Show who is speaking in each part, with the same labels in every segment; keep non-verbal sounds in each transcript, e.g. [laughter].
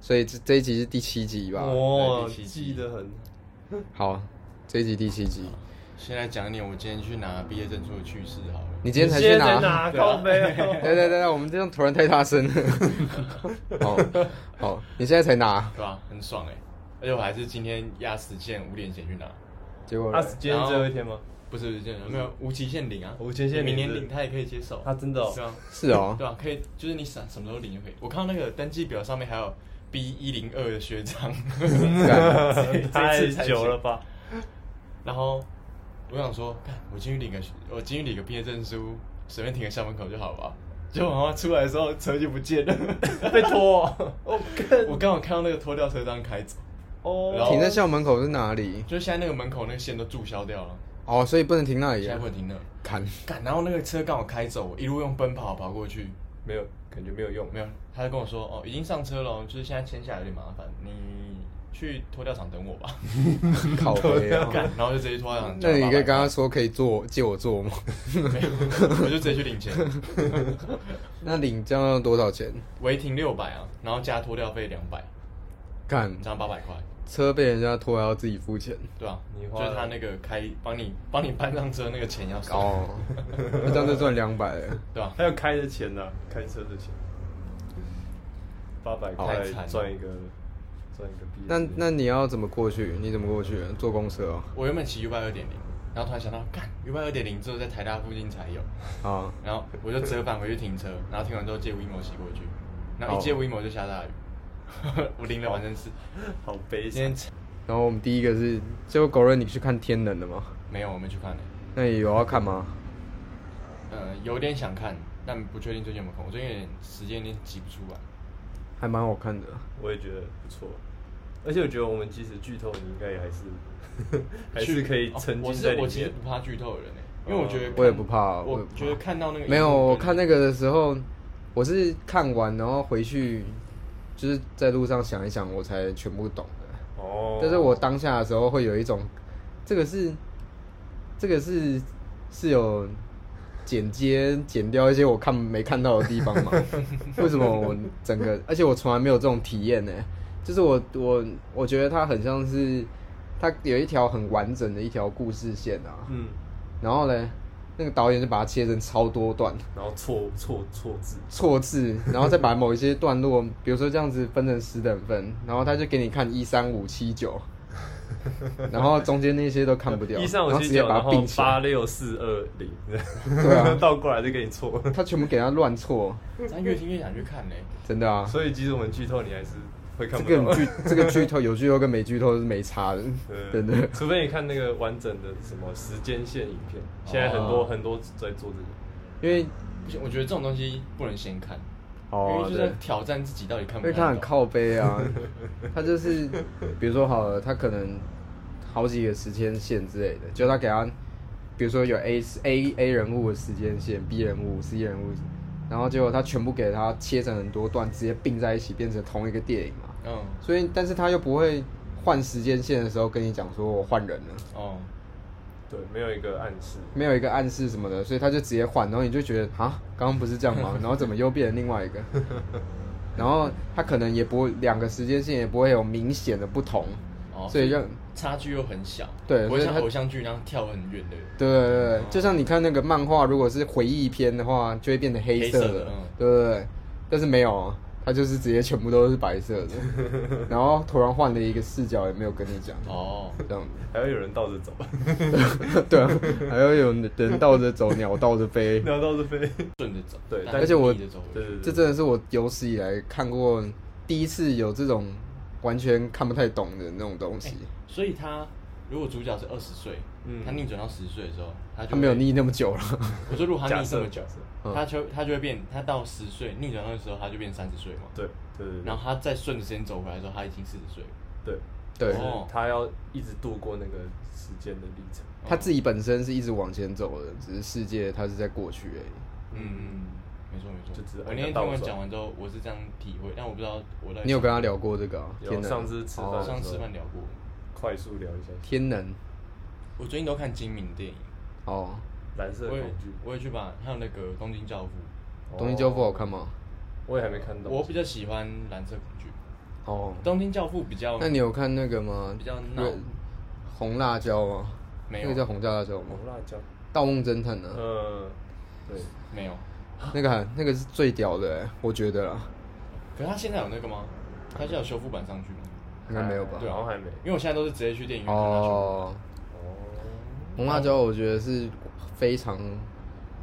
Speaker 1: 所以这这一集是第七集吧？
Speaker 2: 哦，
Speaker 3: 对第七
Speaker 2: 记
Speaker 3: 集
Speaker 2: 得很。
Speaker 1: 好，这一集第七集。
Speaker 3: 先来讲一点我今天去拿毕业证书的趣事好了。
Speaker 1: 你今天才去
Speaker 2: 在
Speaker 1: 拿？
Speaker 2: 哪？
Speaker 3: 对啊
Speaker 2: 靠背哦
Speaker 3: [laughs]
Speaker 1: 对对对对，我们这样突然太大声了。 [laughs] 好，好，你现在才拿，
Speaker 3: 对啊，很爽哎、而且我还是今天压时限五点前去拿，
Speaker 1: 结果
Speaker 2: 他今天最后一天吗？
Speaker 3: 不是不是没有无期限领啊，
Speaker 2: 无期限领
Speaker 3: 明年
Speaker 2: 是
Speaker 3: 领他也可以接受
Speaker 2: 啊真的哦
Speaker 3: 对啊，
Speaker 1: 是哦，
Speaker 3: 对啊，可以，就是你什什么时候领就可以。我看到那个登记表上面还有 B 一零二的学长， [laughs]
Speaker 2: [laughs]
Speaker 3: 这
Speaker 2: 太
Speaker 3: 这次才
Speaker 2: 久了
Speaker 3: 行
Speaker 2: 吧？
Speaker 3: 然后我想说，看我进去领个学，我进去领个毕业证书，随便停个校门口就好吧。结果我妈出来的时候，车就不见了。 [laughs]
Speaker 2: 被拖 [laughs] 哦
Speaker 3: 我刚好看到那个拖吊车这样开走，然
Speaker 2: 哦，
Speaker 3: 后
Speaker 1: 停在校门口是哪里？
Speaker 3: 就现在那个门口那个线都注销掉了，
Speaker 1: 哦，所以不能停那
Speaker 3: 现
Speaker 1: 里
Speaker 3: 在
Speaker 1: 啊
Speaker 3: 不。能停那。
Speaker 1: 看，
Speaker 3: 干，然后那个车刚好开走，我一路用奔跑跑过去，
Speaker 2: 没有，感觉没有用。
Speaker 3: 没有，他就跟我说，哦，已经上车了哦，就是现在签下来有点麻烦，你去拖吊场等
Speaker 1: [laughs]
Speaker 3: 我吧。
Speaker 1: 靠背啊。
Speaker 3: 干，然后就直接拖吊场。
Speaker 1: 那你可以跟
Speaker 3: [laughs]
Speaker 1: 他说可以坐借我坐吗？ [laughs]
Speaker 3: 没有，我就直接去领钱，
Speaker 1: 那领这样要多少钱？
Speaker 3: 违停六百啊，然后加拖吊费两百，
Speaker 1: 看
Speaker 3: 这样八百块，
Speaker 1: 车被人家拖还要自己付钱。
Speaker 3: 对啊，
Speaker 2: 你
Speaker 3: 就
Speaker 2: 花了
Speaker 3: 是他那个开帮你帮你搬上车那个钱要收，
Speaker 1: 哦，那这样就赚两百了。
Speaker 3: 对啊，
Speaker 2: 还有开的钱呢、开车的钱，八百块
Speaker 3: 太惨了
Speaker 2: 赚一个，赚一个币。
Speaker 1: 那那你要怎么过去？你怎么过去？坐公车哦
Speaker 3: 我原本骑 U 八二点零，然后突然想到，干 U 八二点零只有在台大附近才有，
Speaker 1: 啊，
Speaker 3: 然后我就折返回去停车，然后停完之后借 WeMo 骑过去，然后一
Speaker 1: 哦
Speaker 3: 借 WeMo 就下大雨， [laughs] 我淋了完全是。
Speaker 2: 好悲
Speaker 3: 今天
Speaker 2: 惨，
Speaker 1: 然后我们第一个是，就狗瑞，你去看天能了吗？
Speaker 3: 没有，我没去看呢、欸
Speaker 1: 那你有要看吗？
Speaker 3: 呃，有点想看，但不确定最近有没有空。我最近有点时间有点挤不出来。
Speaker 1: 还蛮好看的。
Speaker 2: 我也觉得不错。而且我觉得我们即使剧透，你应该也还是 [laughs] 还是可以沉浸在
Speaker 3: 哦我是
Speaker 2: 里
Speaker 3: 我其实
Speaker 2: 面。
Speaker 3: 不怕剧透的人、欸，因为我觉得看
Speaker 1: 哦我也不怕我
Speaker 3: 我
Speaker 1: 也不怕
Speaker 3: 觉得看到那个
Speaker 1: 没有，我看那
Speaker 3: 个
Speaker 1: 个的时候，我是看完然后回去，就是在路上想一想，我才全部懂的。
Speaker 2: 哦，
Speaker 1: 但是我当下的时候会有一种，这个是，这个是是有剪接剪掉一些我看没看到的地方嘛？为什么我整个，而且我从来没有这种体验呢？就是我我我觉得它很像是，它有一条很完整的一条故事线啊，
Speaker 2: 嗯，
Speaker 1: 然后呢，那个导演就把它切成超多段。
Speaker 2: 然后错错错字，
Speaker 1: 错字，然后再把某一些段落，比如说这样子分成十等分，然后他就给你看一三五七 [laughs] 九，然后中间那些都看不掉，
Speaker 2: 一三五
Speaker 1: 然后
Speaker 2: 七
Speaker 1: 直接
Speaker 2: 九，
Speaker 1: 把
Speaker 2: 然
Speaker 1: 它
Speaker 2: 后
Speaker 1: 并起
Speaker 2: 八
Speaker 1: 来，
Speaker 2: 六四二零，
Speaker 1: 对啊
Speaker 2: [laughs] 倒过来就给你错。
Speaker 1: 他全部给他乱错，
Speaker 3: 咱越听越想去看欸呢、
Speaker 1: 真的啊，
Speaker 2: 所以即使我们剧透，你还是会
Speaker 1: 这
Speaker 2: 看不
Speaker 1: 个
Speaker 2: 懂。
Speaker 1: 剧这个剧透有剧透跟没剧透是没差 [laughs] 的，真的。
Speaker 2: 除非你看那个完整的什么时间线影片，现在很多、
Speaker 3: 哦
Speaker 2: 很多在做这
Speaker 1: 因为
Speaker 3: 不行，我觉得这种东西不能先看，因
Speaker 1: 哦
Speaker 3: 为就是
Speaker 1: 对
Speaker 3: 在。挑战自己到底看
Speaker 1: 因
Speaker 3: 不
Speaker 1: 为
Speaker 3: 看
Speaker 1: 他
Speaker 3: 得
Speaker 1: 很
Speaker 3: 懂。
Speaker 1: 靠背啊，他就是比如说好了，他可能好几个时间线之类的，就他给他，比如说有 A A A 人物的时间线，B 人物，C 人物，然后结果他全部给他切成很多段，直接并在一起变成同一个电影嘛。
Speaker 3: 嗯，
Speaker 1: 所以，但是他又不会换时间线的时候跟你讲说我换人了，
Speaker 3: 哦，
Speaker 2: 个，对，没有一个暗示。
Speaker 1: 没有一个暗示什么的，所以他就直接换，然后你就觉得啊，刚刚不是这样
Speaker 3: [laughs]
Speaker 1: 吗？然后怎么又变成另外一个？然后他可能也不会两个时间线也不会有明显的不同，
Speaker 3: 哦，
Speaker 1: 所以让
Speaker 3: 差距又很小，
Speaker 1: 对
Speaker 3: 不
Speaker 1: 所
Speaker 3: 会
Speaker 1: 以
Speaker 3: 像
Speaker 1: 它
Speaker 3: 偶像剧那样跳很远的。
Speaker 1: 对对对对，就像你看那个漫画，如果是回忆篇的话，就会变成黑色的，
Speaker 3: 黑色的嗯
Speaker 1: 对对对。但是没有，它就是直接全部都是白色
Speaker 3: [laughs]
Speaker 1: 的，然后突然换了一个视角，也没有跟你讲，
Speaker 3: 哦，
Speaker 1: 这样 [laughs]
Speaker 2: 还会有人倒着
Speaker 1: 哎
Speaker 2: 走，
Speaker 1: 子。对啊，还要有人倒着走，鸟倒着飞。
Speaker 2: 然后倒着飞。
Speaker 3: 顺着走，
Speaker 2: 对
Speaker 3: 但
Speaker 2: 但
Speaker 1: 而且我
Speaker 3: 逆着走
Speaker 2: 对对对，
Speaker 1: 这真的是我有史以来看过第一次有这种完全看不太懂的那种东
Speaker 3: 哎
Speaker 1: 西。
Speaker 3: 所以他如果主角是二十岁，
Speaker 2: 嗯
Speaker 3: 他逆转到十岁的时候，他就
Speaker 1: 他没有
Speaker 3: 会。
Speaker 1: 腻那么久了，
Speaker 3: [laughs] 我说如果他
Speaker 2: 假
Speaker 3: 逆这
Speaker 2: 设
Speaker 3: 么久
Speaker 2: 假设，
Speaker 1: 嗯
Speaker 3: 他就他就会变，他到十岁逆转到的时候，他就变三十岁嘛。
Speaker 2: 对对对对
Speaker 3: 然后他再顺着时间走回来的时候，他已经四十岁了。
Speaker 2: 对，
Speaker 1: 对
Speaker 2: 就是
Speaker 3: 哦
Speaker 2: 他要一直度过那个时间的历程。
Speaker 1: 他自己本身是一直往前走的，只是世界它是在过去而已。
Speaker 3: 嗯，没错没错。
Speaker 2: 就只是
Speaker 3: 我那天
Speaker 2: 按照
Speaker 3: 听
Speaker 2: 倒
Speaker 3: 我
Speaker 2: 数
Speaker 3: 讲完之后，我是这样体会，但我不知道我在。
Speaker 1: 你有跟他聊过这个、啊？
Speaker 2: 有
Speaker 1: 天能
Speaker 2: 上次吃饭
Speaker 1: 哦
Speaker 3: 上次吃饭聊过？
Speaker 2: 快速聊一下
Speaker 1: 天能
Speaker 3: 我最近都看金敏电影，
Speaker 1: 哦，
Speaker 2: 蓝色
Speaker 3: 我
Speaker 2: 恐
Speaker 3: 也
Speaker 2: 惧，哦
Speaker 3: 我也去把还有那个《东京教父
Speaker 1: 东京教父好看吗？
Speaker 2: 我也还没看到。
Speaker 3: 我比较喜欢蓝色恐惧，
Speaker 1: 哦，哦，
Speaker 3: 东京教父比较
Speaker 1: 那你有看那个吗？
Speaker 3: 比较
Speaker 1: 那
Speaker 3: 闹
Speaker 1: 个红辣椒吗？
Speaker 3: 没
Speaker 1: 那个
Speaker 3: 有
Speaker 1: 叫红椒辣椒吗
Speaker 2: 红？辣椒，
Speaker 1: 盗梦侦探呢？
Speaker 2: 嗯，对，
Speaker 3: 没有，
Speaker 1: 那个还那个是最屌的欸，我觉得啦，
Speaker 3: 可是他现在有那个吗？
Speaker 1: 啊
Speaker 3: 他现在有修复版上去吗？
Speaker 1: 应该没有吧？
Speaker 2: 好像还没。
Speaker 3: 因为我现在都是直接去电影院看他修复版。
Speaker 1: 哦，
Speaker 2: 哦，
Speaker 1: 红辣椒我觉得是非常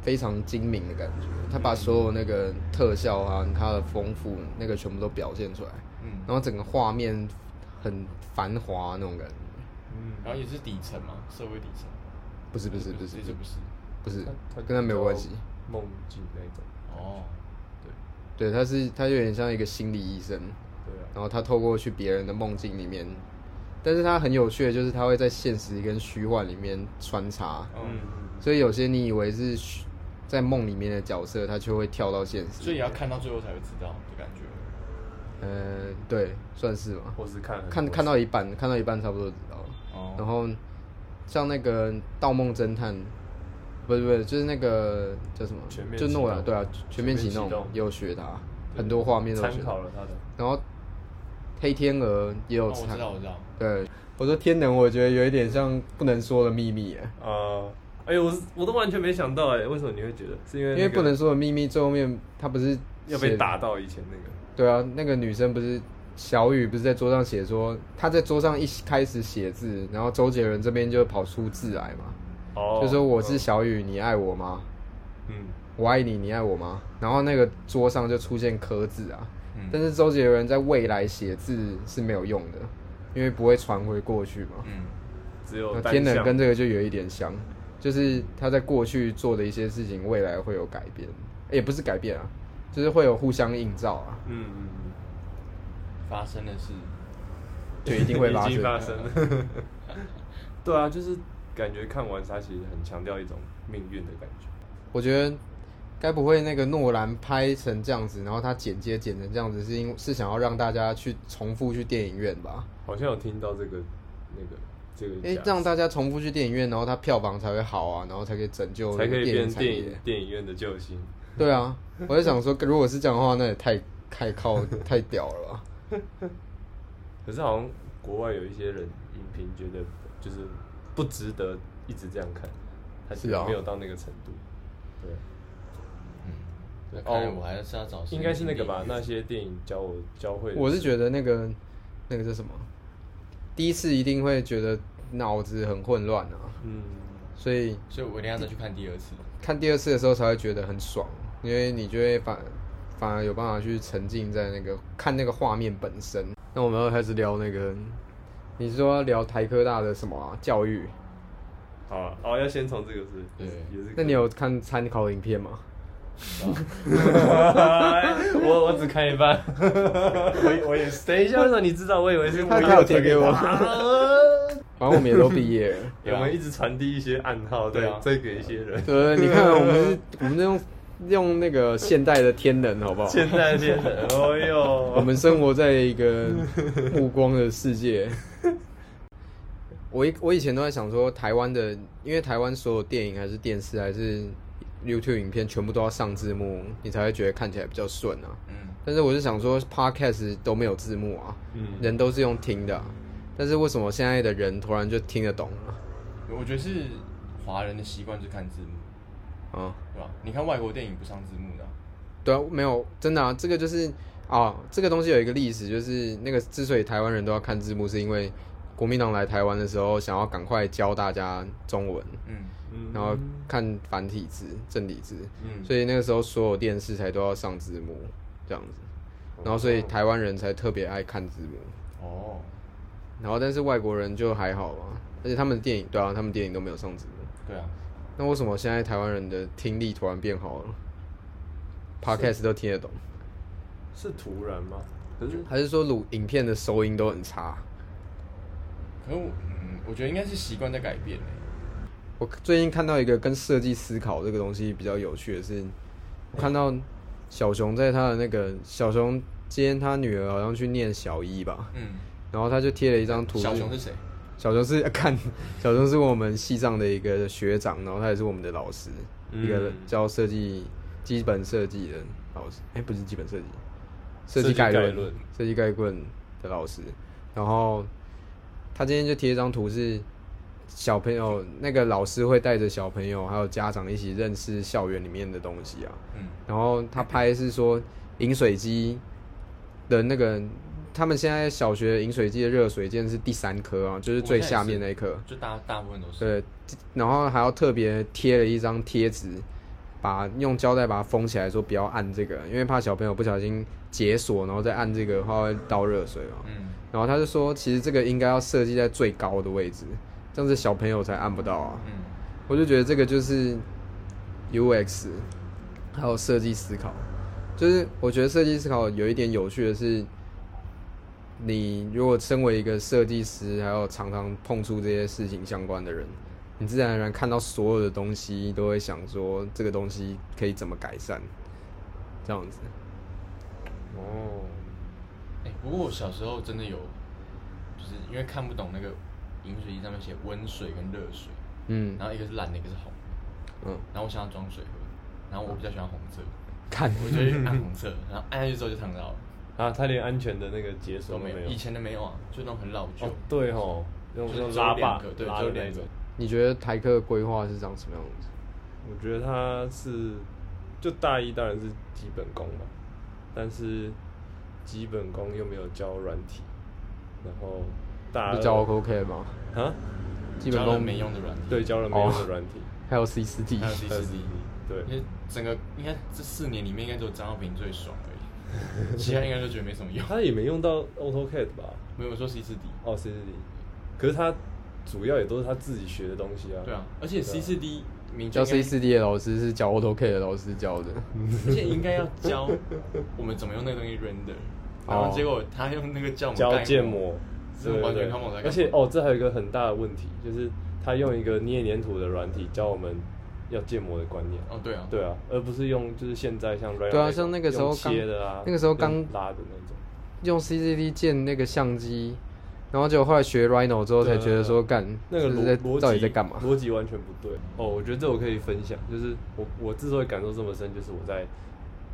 Speaker 1: 非常精明的感觉，他把所有那个特效啊，它的丰富那个全部都表现出来，
Speaker 3: 嗯，
Speaker 1: 然后整个画面很繁华那种感觉。
Speaker 2: 嗯，
Speaker 3: 然后也是底层嘛，社会底层。
Speaker 1: 不是不是不是
Speaker 3: 一直不是。
Speaker 1: 不是
Speaker 2: 它，
Speaker 1: 跟他没有关系。，
Speaker 2: 它梦境那种，
Speaker 3: 哦，
Speaker 1: 对，他是他有点像一个心理医生，
Speaker 2: 对啊，
Speaker 1: 然后他透过去别人的梦境里面，但是他很有趣的就是他会在现实跟虚幻里面穿插，
Speaker 3: 嗯，
Speaker 2: 嗯，
Speaker 1: 所以有些你以为是虚在梦里面的角色，他就会跳到现实。
Speaker 3: 所以也要看到最后才会知道的感觉。
Speaker 1: 呃，对，算是吧。
Speaker 2: 或嗯是看很
Speaker 1: 看
Speaker 2: 多
Speaker 1: 看到一半，看到一半差不多知道了。然
Speaker 3: 哦，
Speaker 1: 后像那个《盗梦侦探》，不是不是，就是那个叫什么
Speaker 2: 全面，
Speaker 1: 就
Speaker 2: 启
Speaker 1: 诺兰
Speaker 2: 动
Speaker 1: 对啊，全面启
Speaker 2: 全面
Speaker 1: 动
Speaker 2: 启动
Speaker 1: 也有学他，
Speaker 2: 对
Speaker 1: 很多画面都有
Speaker 2: 参
Speaker 1: 学。
Speaker 2: 考了他的，
Speaker 1: 然后《黑天鹅》也
Speaker 3: 哦
Speaker 1: 有
Speaker 3: 我
Speaker 1: 参
Speaker 3: 知道，我知道。
Speaker 1: 对，我说天能，我觉得有一点像不能说的秘密耶，
Speaker 2: 呃，哎呦，我是我都完全没想到哎，为什么你会觉得？是因为
Speaker 1: 因
Speaker 2: 因
Speaker 1: 为不能说的秘密最后面他不是
Speaker 2: 要
Speaker 1: 写
Speaker 2: 被打到以前那个，
Speaker 1: 对啊，那个女生不是小雨，不是在桌上写说，她在桌上一开始写字，然后周杰伦这边就跑出字来嘛，
Speaker 2: 哦，
Speaker 1: 就说我是小雨，你爱我吗？
Speaker 2: 嗯，
Speaker 1: 我爱你，你爱我吗？然后那个桌上就出现科字啊，
Speaker 3: 嗯
Speaker 1: 但是周杰伦在未来写字是没有用的，因为不会传回过去嘛。
Speaker 3: 嗯，
Speaker 2: 只有
Speaker 1: 那
Speaker 2: 单
Speaker 1: 天冷
Speaker 2: 向
Speaker 1: 跟这个就有一点像，就是他在过去做的一些事情，未来会有改变，也不是改变啊，就是会有互相映照啊。
Speaker 2: 嗯嗯嗯，
Speaker 3: 发生的事。
Speaker 1: 嗯对，一定会发
Speaker 2: [laughs]
Speaker 1: 生
Speaker 2: 已经。发生 [laughs] 了。对啊，就是感觉看完它其实很强调一种命运的感觉。
Speaker 1: 我觉得该不会那个诺兰拍成这样子，然后他剪接剪成这样子，是因是想要让大家去重复去电影院吧？
Speaker 2: 好像有听到这个那个这个
Speaker 1: 诶、
Speaker 2: 假
Speaker 1: 让大家重复去电影院，然后它票房才会好啊，然后才可以拯救
Speaker 2: 才可
Speaker 1: 电
Speaker 2: 以变
Speaker 1: 影产
Speaker 2: 电
Speaker 1: 业
Speaker 2: 影。电影院的救星。
Speaker 1: 对啊，我就想说，如果是这样的话，那也太太靠太屌了吧？
Speaker 2: 可是好像国外有一些人影评觉得就是不值得一直这样看，他
Speaker 1: 是啊
Speaker 2: 没有到那个程度。对，
Speaker 3: 嗯那看来我还是要找。
Speaker 2: 应该是那个吧？那些电影教我教会的
Speaker 1: 我是觉得那个那个叫什么，第一次一定会觉得脑子很混乱啊，
Speaker 2: 嗯，
Speaker 1: 所以
Speaker 3: 所以我一定要再去看第二次。
Speaker 1: 看第二次的时候才会觉得很爽，因为你就会反反而有办法去沉浸在那个看那个画面本身。那我们要开始聊那个，你是说要聊台科大的什么啊？教育？
Speaker 2: 好啊，哦，要先从这个是，
Speaker 3: 对
Speaker 2: 也是。
Speaker 1: 那你有看参考影片吗？
Speaker 2: [laughs] 我我只看一半，我我也是。等一下，为什么你知道？我以为是
Speaker 1: 他
Speaker 2: 我
Speaker 1: 他有贴给我
Speaker 2: [laughs] 我。
Speaker 1: 反正我们也都毕业了，
Speaker 2: 我们一直传递一些暗号，对
Speaker 3: 对啊，
Speaker 2: 再给一些人。
Speaker 1: 对，你看我们是，我们是用用那个现代的天人，好不好？
Speaker 2: 现在变人，哦
Speaker 1: [laughs] 我
Speaker 2: 哟，
Speaker 1: 们生活在一个目光的世界。我以我以前都在想说，台湾的，因为台湾所有电影还是电视还是 YouTube 影片，全部都要上字幕，你才会觉得看起来比较顺啊。
Speaker 3: 嗯，
Speaker 1: 但是我就想说，Podcast 都没有字幕啊，
Speaker 2: 嗯，
Speaker 1: 人都是用听的啊、但是为什么现在的人突然就听得懂了？
Speaker 3: 我觉得是华人的习惯是看字幕，
Speaker 1: 啊，
Speaker 3: 对吧？你看外国电影不上字幕的啊，
Speaker 1: 对啊，没有，真的啊，这个就是啊，这个东西有一个历史，就是那个之所以台湾人都要看字幕，是因为国民党来台湾的时候，想要赶快教大家中文，
Speaker 3: 嗯
Speaker 1: 然后看繁体字、正体字，
Speaker 3: 嗯，
Speaker 1: 所以那个时候所有电视台都要上字幕这样子，然后所以台湾人才特别爱看字幕，
Speaker 3: 哦，
Speaker 1: 然后但是外国人就还好吧，而且他们的电影，对啊，他们电影都没有上字幕，
Speaker 3: 对啊，
Speaker 1: 那为什么现在台湾人的听力突然变好了？Podcast 都听得懂？
Speaker 2: 是突然吗？可是
Speaker 1: 还是说录影片的收音都很差？
Speaker 3: 可是我嗯，我觉得应该是习惯在改变欸
Speaker 1: 我最近看到一个跟设计思考这个东西比较有趣的是，我看到小熊在他的那个小熊今天他女儿好像去念小一吧，
Speaker 3: 嗯，
Speaker 1: 然后他就贴了一张图，
Speaker 3: 小熊是谁？
Speaker 1: 小熊是看小熊是我们系上的一个学长，然后他也是我们的老师，
Speaker 2: 嗯
Speaker 1: 一个教设计基本设计的老师，哎、不是基本设计，设计
Speaker 2: 设计概
Speaker 1: 概论
Speaker 2: 论，
Speaker 1: 设计概论的老师，然后他今天就贴一张图是小朋友，那个老师会带着小朋友还有家长一起认识校园里面的东西啊。
Speaker 3: 嗯，
Speaker 1: 然后他拍是说饮水机的那个，他们现在小学饮水机的热水键是第三颗啊，就是最下面那一颗。
Speaker 3: 就大大部分都是。
Speaker 1: 对，然后还要特别贴了一张贴纸，把用胶带把它封起来，说不要按这个，因为怕小朋友不小心解锁，然后再按这个的话会倒热水嘛。
Speaker 3: 嗯，
Speaker 1: 然后他就说，其实这个应该要设计在最高的位置，这样子小朋友才按不到啊。
Speaker 3: 嗯，
Speaker 1: 我就觉得这个就是 UX，还有设计思考。就是我觉得设计思考有一点有趣的是，你如果身为一个设计师，还有常常碰触这些事情相关的人，你自然而然看到所有的东西，都会想说这个东西可以怎么改善，这样子。
Speaker 2: 哦，
Speaker 3: 哎、不过我小时候真的有，就是因为看不懂那个饮水机上面写温水跟热水，
Speaker 1: 嗯
Speaker 3: 然后一个是蓝的，一个是红的，
Speaker 1: 嗯，
Speaker 3: 然后我想要装水喝，然后我比较喜欢红色，
Speaker 1: 看
Speaker 3: 我就去按红色，然后按下去之后就烫到了，
Speaker 2: 啊，他连安全的那个解锁
Speaker 3: 都
Speaker 2: 都
Speaker 3: 没
Speaker 2: 没
Speaker 3: 有，
Speaker 2: 有
Speaker 3: 以。前的没有啊，就那种很老旧。
Speaker 2: 哦，对吼，用
Speaker 3: 就是
Speaker 2: 用
Speaker 3: 只有
Speaker 2: 拉
Speaker 3: 两
Speaker 2: 把
Speaker 3: 个对
Speaker 2: 拉
Speaker 3: 只有
Speaker 2: 的那
Speaker 3: 两个
Speaker 2: 种。
Speaker 1: 你觉得台客规划是长什么样子？
Speaker 2: 我觉得他是就大一当然是基本功嘛，但是基本功又没有教软体，然后大
Speaker 1: 就教
Speaker 2: 二
Speaker 1: OK 吗？
Speaker 2: 啊，
Speaker 1: 基本
Speaker 3: 教了
Speaker 1: 功
Speaker 3: 没用的软体，
Speaker 2: 对，教了没用的软体，
Speaker 1: 还有 C 四 D，
Speaker 3: 还有哦 C
Speaker 2: 还有
Speaker 3: 四 D，
Speaker 2: 对
Speaker 3: 因为整个应该这四年里面应该只有张耀平最爽而已，其他应该都觉得没什么用。
Speaker 2: 他也没用到 AutoCAD 吧？
Speaker 3: 没有我说 C 四 D，
Speaker 2: 哦，C 四 D，可是他主要也都是他自己学的东西啊。
Speaker 3: 对啊，而且 C 四 D 名
Speaker 1: 教
Speaker 3: 就
Speaker 1: C
Speaker 3: 应该
Speaker 1: 四 D 的老师是教 AutoK 的老师教的，
Speaker 2: 嗯
Speaker 3: 而且应该要教我们怎么用那个东西 render，然后结果他用那个教模
Speaker 2: 哦教
Speaker 3: 盖
Speaker 2: 建模，
Speaker 3: 真的
Speaker 2: 对
Speaker 3: 完全
Speaker 2: 对
Speaker 3: 看不懂在干嘛
Speaker 2: 而且哦，这还有一个很大的问题，就是他用一个捏黏土的软体教我们要建模的观念。
Speaker 3: 哦，对啊，
Speaker 2: 对啊，而不是用就是现在像 Rhino
Speaker 1: 对啊
Speaker 2: 种
Speaker 1: 像那个时候
Speaker 2: 用
Speaker 1: 刚
Speaker 2: 切的啊，
Speaker 1: 那个时候刚
Speaker 2: 用拉的那种。
Speaker 1: 用 C C D 建那个相机，然后结果后来学 Rhino 之后才觉得说
Speaker 2: 对啊
Speaker 1: 干，
Speaker 2: 那个
Speaker 1: 这
Speaker 2: 逻
Speaker 1: 是在
Speaker 2: 逻辑
Speaker 1: 到底在干嘛？
Speaker 2: 逻辑完全不对。哦，我觉得这我可以分享，就是我我之所以感受这么深，就是我在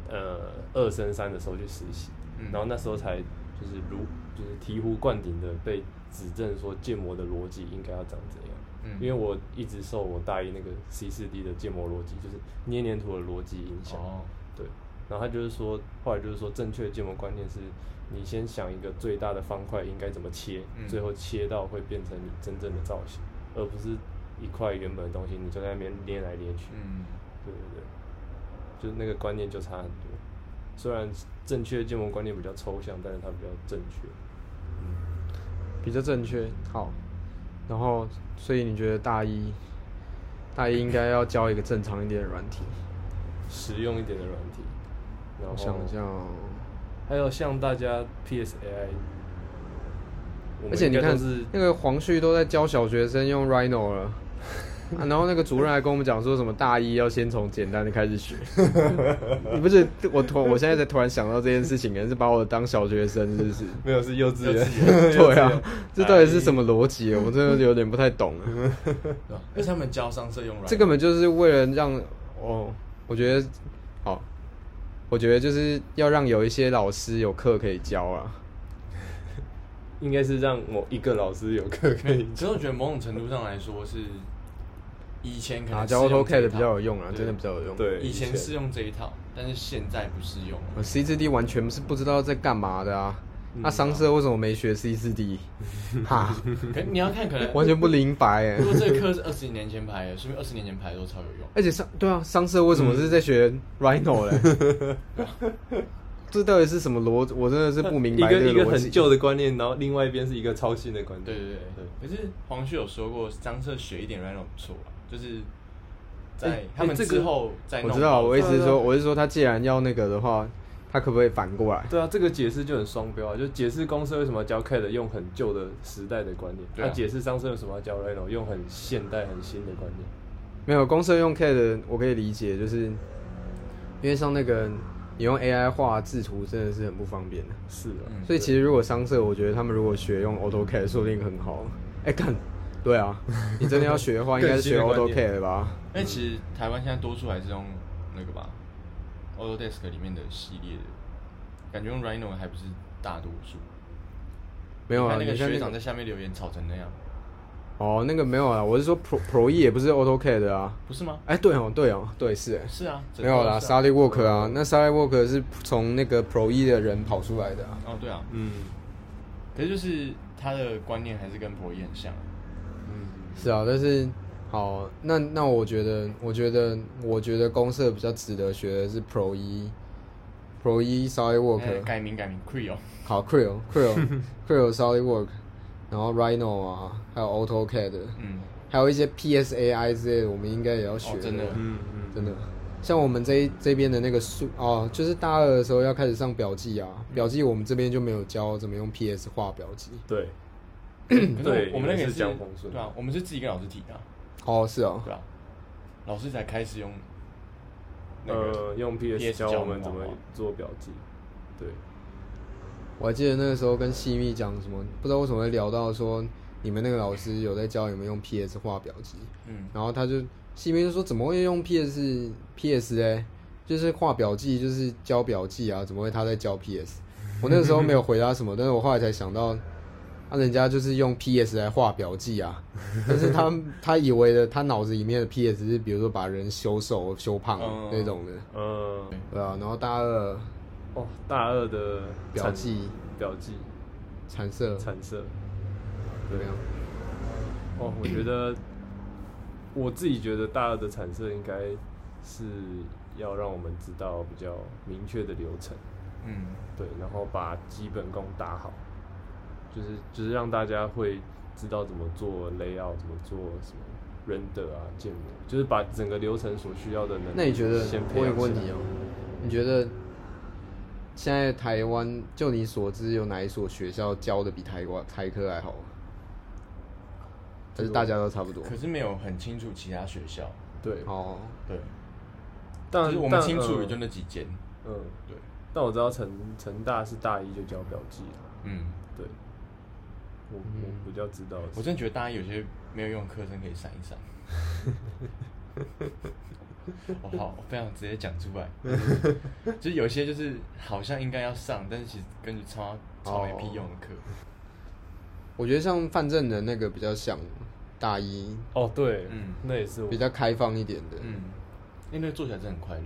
Speaker 2: 呃二升三的时候去实习，
Speaker 3: 嗯
Speaker 2: 然后那时候才就是如就是醍醐灌顶的被指正说建模的逻辑应该要长怎样。
Speaker 3: 嗯
Speaker 2: 因为我一直受我大一那个 C 四 D 的建模逻辑，就是捏黏土的逻辑影响。
Speaker 3: 哦，
Speaker 2: 对，然后他就是说，后来就是说，正确的建模观念是，你先想一个最大的方块应该怎么切，
Speaker 3: 嗯
Speaker 2: 最后切到会变成你真正的造型，而不是一块原本的东西，你就在那边捏来捏去。
Speaker 3: 嗯，
Speaker 2: 对对对，就是那个观念就差很多。虽然正确的建模观念比较抽象，但是它比较正确。
Speaker 1: 比较正确。好，然后所以你觉得大一，大一应该要教一个正常一点的软体？
Speaker 2: 实用一点的软体。然后
Speaker 1: 我想一下哦，
Speaker 2: 还有像大家 PSAI，我们
Speaker 1: 而且你
Speaker 2: 应该
Speaker 1: 看
Speaker 2: 都是
Speaker 1: 那个黄旭都在教小学生用 Rhino 了。 [laughs] 啊、然后那个主任还跟我们讲说什么大一要先从简单的开始学， [laughs] 你不是我突我现在才突然想到这件事情，人是把我当小学生是不
Speaker 2: [laughs]
Speaker 1: 是？
Speaker 2: 没有是幼稚
Speaker 3: 幼
Speaker 2: 园
Speaker 1: [laughs]
Speaker 3: 稚，
Speaker 1: 对啊，这到底是什么逻辑？啊我真的有点不太懂了。
Speaker 3: 对啊，而且他们教上色用软，
Speaker 1: 这根本就是为了让哦，我觉得好，我觉得就是要让有一些老师有课可以教啊。
Speaker 2: 应该是让某一个老师有课可以
Speaker 3: 其实我觉得某种程度上来说是以前可
Speaker 1: 啊，
Speaker 3: 能
Speaker 1: 教
Speaker 3: 是用这
Speaker 1: AutoCAD
Speaker 3: 一
Speaker 1: 比
Speaker 3: 套
Speaker 1: 较有用啊，
Speaker 3: 对
Speaker 1: 真的比较有用。
Speaker 2: 嗯对
Speaker 3: 以前是用这一套，但是现在不适
Speaker 1: [laughs]
Speaker 3: 用了。
Speaker 1: ，C 四 D 完全是不知道在干嘛的啊。
Speaker 2: 嗯
Speaker 1: 那商社为什么没学 C 四 D？哈，
Speaker 3: 可你要看，可能
Speaker 1: 完全不明白
Speaker 2: [laughs]
Speaker 1: 哎
Speaker 3: 如。果这个课是二十年前排的，说明二十年前排的都超有用。
Speaker 1: 而且商对啊，商社为什么是在学
Speaker 2: 嗯
Speaker 1: Rhino 嘞？
Speaker 2: [laughs]
Speaker 1: 这到底是什么逻？我真的是不明白
Speaker 2: 一
Speaker 1: 这
Speaker 2: 个一个
Speaker 1: 逻
Speaker 2: 很
Speaker 1: 辑。
Speaker 2: 旧的观念，然后另外一边是一个超新的观
Speaker 3: 对
Speaker 2: 念。
Speaker 3: 对对对。可是黄旭有说过，张彻学一点 Rhino 不错啊，就是在
Speaker 2: 哎
Speaker 3: 他们
Speaker 2: 哎这个
Speaker 3: 之后再弄
Speaker 1: 我
Speaker 3: 到。
Speaker 1: 知道，我意思是
Speaker 2: 对啊
Speaker 1: 说，我是说他既然要那个的话，他可不可以反过来？
Speaker 2: 对啊，这个解释就很双标啊，就解释公司为什么要教 CAD 用很旧的时代的观念，
Speaker 3: 对啊
Speaker 2: 那解释商社为什么要教 Rhino 用很现代很新的观念。
Speaker 1: 没有，公社用 CAD 我可以理解，就是因为像那个你用 AI 画制图真的是很不方便的，
Speaker 2: 是啊，
Speaker 3: 嗯
Speaker 1: 所以其实如果商社，我觉得他们如果学用 AutoCAD，说不定很好。哎、干，对
Speaker 3: [laughs]
Speaker 1: 啊，你真的要学的话，应该是学
Speaker 2: 更新的观
Speaker 1: AutoCAD 吧？
Speaker 3: 因为其实台湾现在多数还是用那个吧，Autodesk 里面的系列的，感觉用 Rhino 还不是大多数。
Speaker 1: 没有啊，
Speaker 3: 你看那个
Speaker 1: 你像
Speaker 3: 学
Speaker 1: 那
Speaker 3: 长
Speaker 1: 个
Speaker 3: 在下面留言吵成那样，
Speaker 1: 哦，那个没有啊，我是说 Pro Pro E 也不是 AutoCAD 啊。
Speaker 3: 不是吗？
Speaker 1: 哎，对哦，对哦，对是哎，
Speaker 3: 是啊，整
Speaker 1: 没有
Speaker 3: 套
Speaker 1: 啦
Speaker 3: 都是啊。
Speaker 1: ，SolidWork 啊，那 SolidWork 是从那个 Pro E 的人跑出来的啊。
Speaker 3: 哦，对啊，
Speaker 2: 嗯
Speaker 3: 可是就是他的观念还是跟婆姨很像啊。
Speaker 2: 嗯，
Speaker 1: 是啊，但是好，那那我觉得，我觉得，我觉得公社比较值得学的是 Pro E。Pro E SolidWork，、
Speaker 3: 哎改名改名 Creo，
Speaker 1: 好 Creo
Speaker 3: [laughs]
Speaker 1: Creo Creo SolidWork，然后 Rhino 啊，还有 AutoCAD，
Speaker 3: 嗯，
Speaker 1: 还有一些 PSAI 之类的，我们应该也要学、
Speaker 3: 哦真的
Speaker 2: 嗯嗯，
Speaker 1: 真的，像我们这一这边的那个数哦，就是大二的时候要开始上表记啊，表记我们这边就没有教怎么用 PS 画表记。
Speaker 2: 对，
Speaker 3: [coughs] 可是
Speaker 2: 对
Speaker 3: 我我们那
Speaker 2: 你们
Speaker 3: 个也
Speaker 2: 是
Speaker 3: 是
Speaker 2: 讲风顺
Speaker 3: 对啊，我们是自己跟老师提的啊，
Speaker 1: 哦，是哦，
Speaker 3: 对啊，老师才开始用那个，
Speaker 2: 呃，用 PS
Speaker 3: PS
Speaker 2: 教
Speaker 3: 教啊
Speaker 2: 我
Speaker 3: 我
Speaker 2: 们
Speaker 3: 们
Speaker 2: 怎么
Speaker 3: 画画
Speaker 2: 做表记，对，
Speaker 1: 我还记得那个时候跟西密讲什么，不知道为什么会聊到说你们那个老师有在教你们用 PS 画表记，
Speaker 3: 嗯，
Speaker 1: 然后他就西密就说怎么会用 PS PS 嘞？就是画表记，就是教表记啊，怎么会他在教 PS？我那个时候没有回答什么，但是我后来才想到，那、人家就是用 PS 来画表记啊，但是他他以为的他脑子里面的 PS 是比如说把人修瘦、修胖
Speaker 3: 嗯
Speaker 1: 那种的，
Speaker 2: 呃，
Speaker 1: 对啊，然后大二
Speaker 2: 哦，大二的
Speaker 1: 表
Speaker 2: 产
Speaker 1: 记、
Speaker 2: 表记
Speaker 1: 产色
Speaker 2: 产色，
Speaker 1: 怎么样？
Speaker 2: 哦，我觉得我自己觉得大二的产色应该是要让我们知道比较明确的流程，
Speaker 3: 嗯，
Speaker 2: 对，然后把基本功打好，就是就是让大家会知道怎么做 layout，怎么做什么 render 啊、建模，就是把整个流程所需要的能力
Speaker 1: 那你觉得
Speaker 2: 先？培
Speaker 1: 我有
Speaker 2: 养
Speaker 1: 个问
Speaker 2: 起来
Speaker 1: 题哦、你觉得现在台湾就你所知有哪一所学校教的比台湾台科还好吗？还是大家都差不多？
Speaker 3: 可是没有很清楚其他学校，
Speaker 2: 对，
Speaker 1: 哦，
Speaker 3: 对，
Speaker 2: 但
Speaker 3: 就是我们
Speaker 2: 但
Speaker 3: 清楚
Speaker 2: 呃
Speaker 3: 也就那几间，
Speaker 2: 嗯，
Speaker 3: 对，
Speaker 2: 但我知道成成大是大一就教表记了，
Speaker 3: 嗯，
Speaker 2: 对，我
Speaker 1: 嗯
Speaker 2: 我比较知道的
Speaker 3: 我
Speaker 2: 是，
Speaker 3: 真的觉得大家有些没有用的课程可以闪一
Speaker 1: [laughs]
Speaker 3: 闪。我、哦好，我非常直接讲出
Speaker 1: [laughs]
Speaker 3: 来，就是有些就是好像应该要上，但是其实根本超超没屁用的课。
Speaker 1: 我觉得像范正的那个比较像大一，
Speaker 2: 哦对，
Speaker 3: 嗯
Speaker 2: 那也是我
Speaker 1: 比，较开放一点的。
Speaker 3: 嗯，因为那个做起来真的很快乐。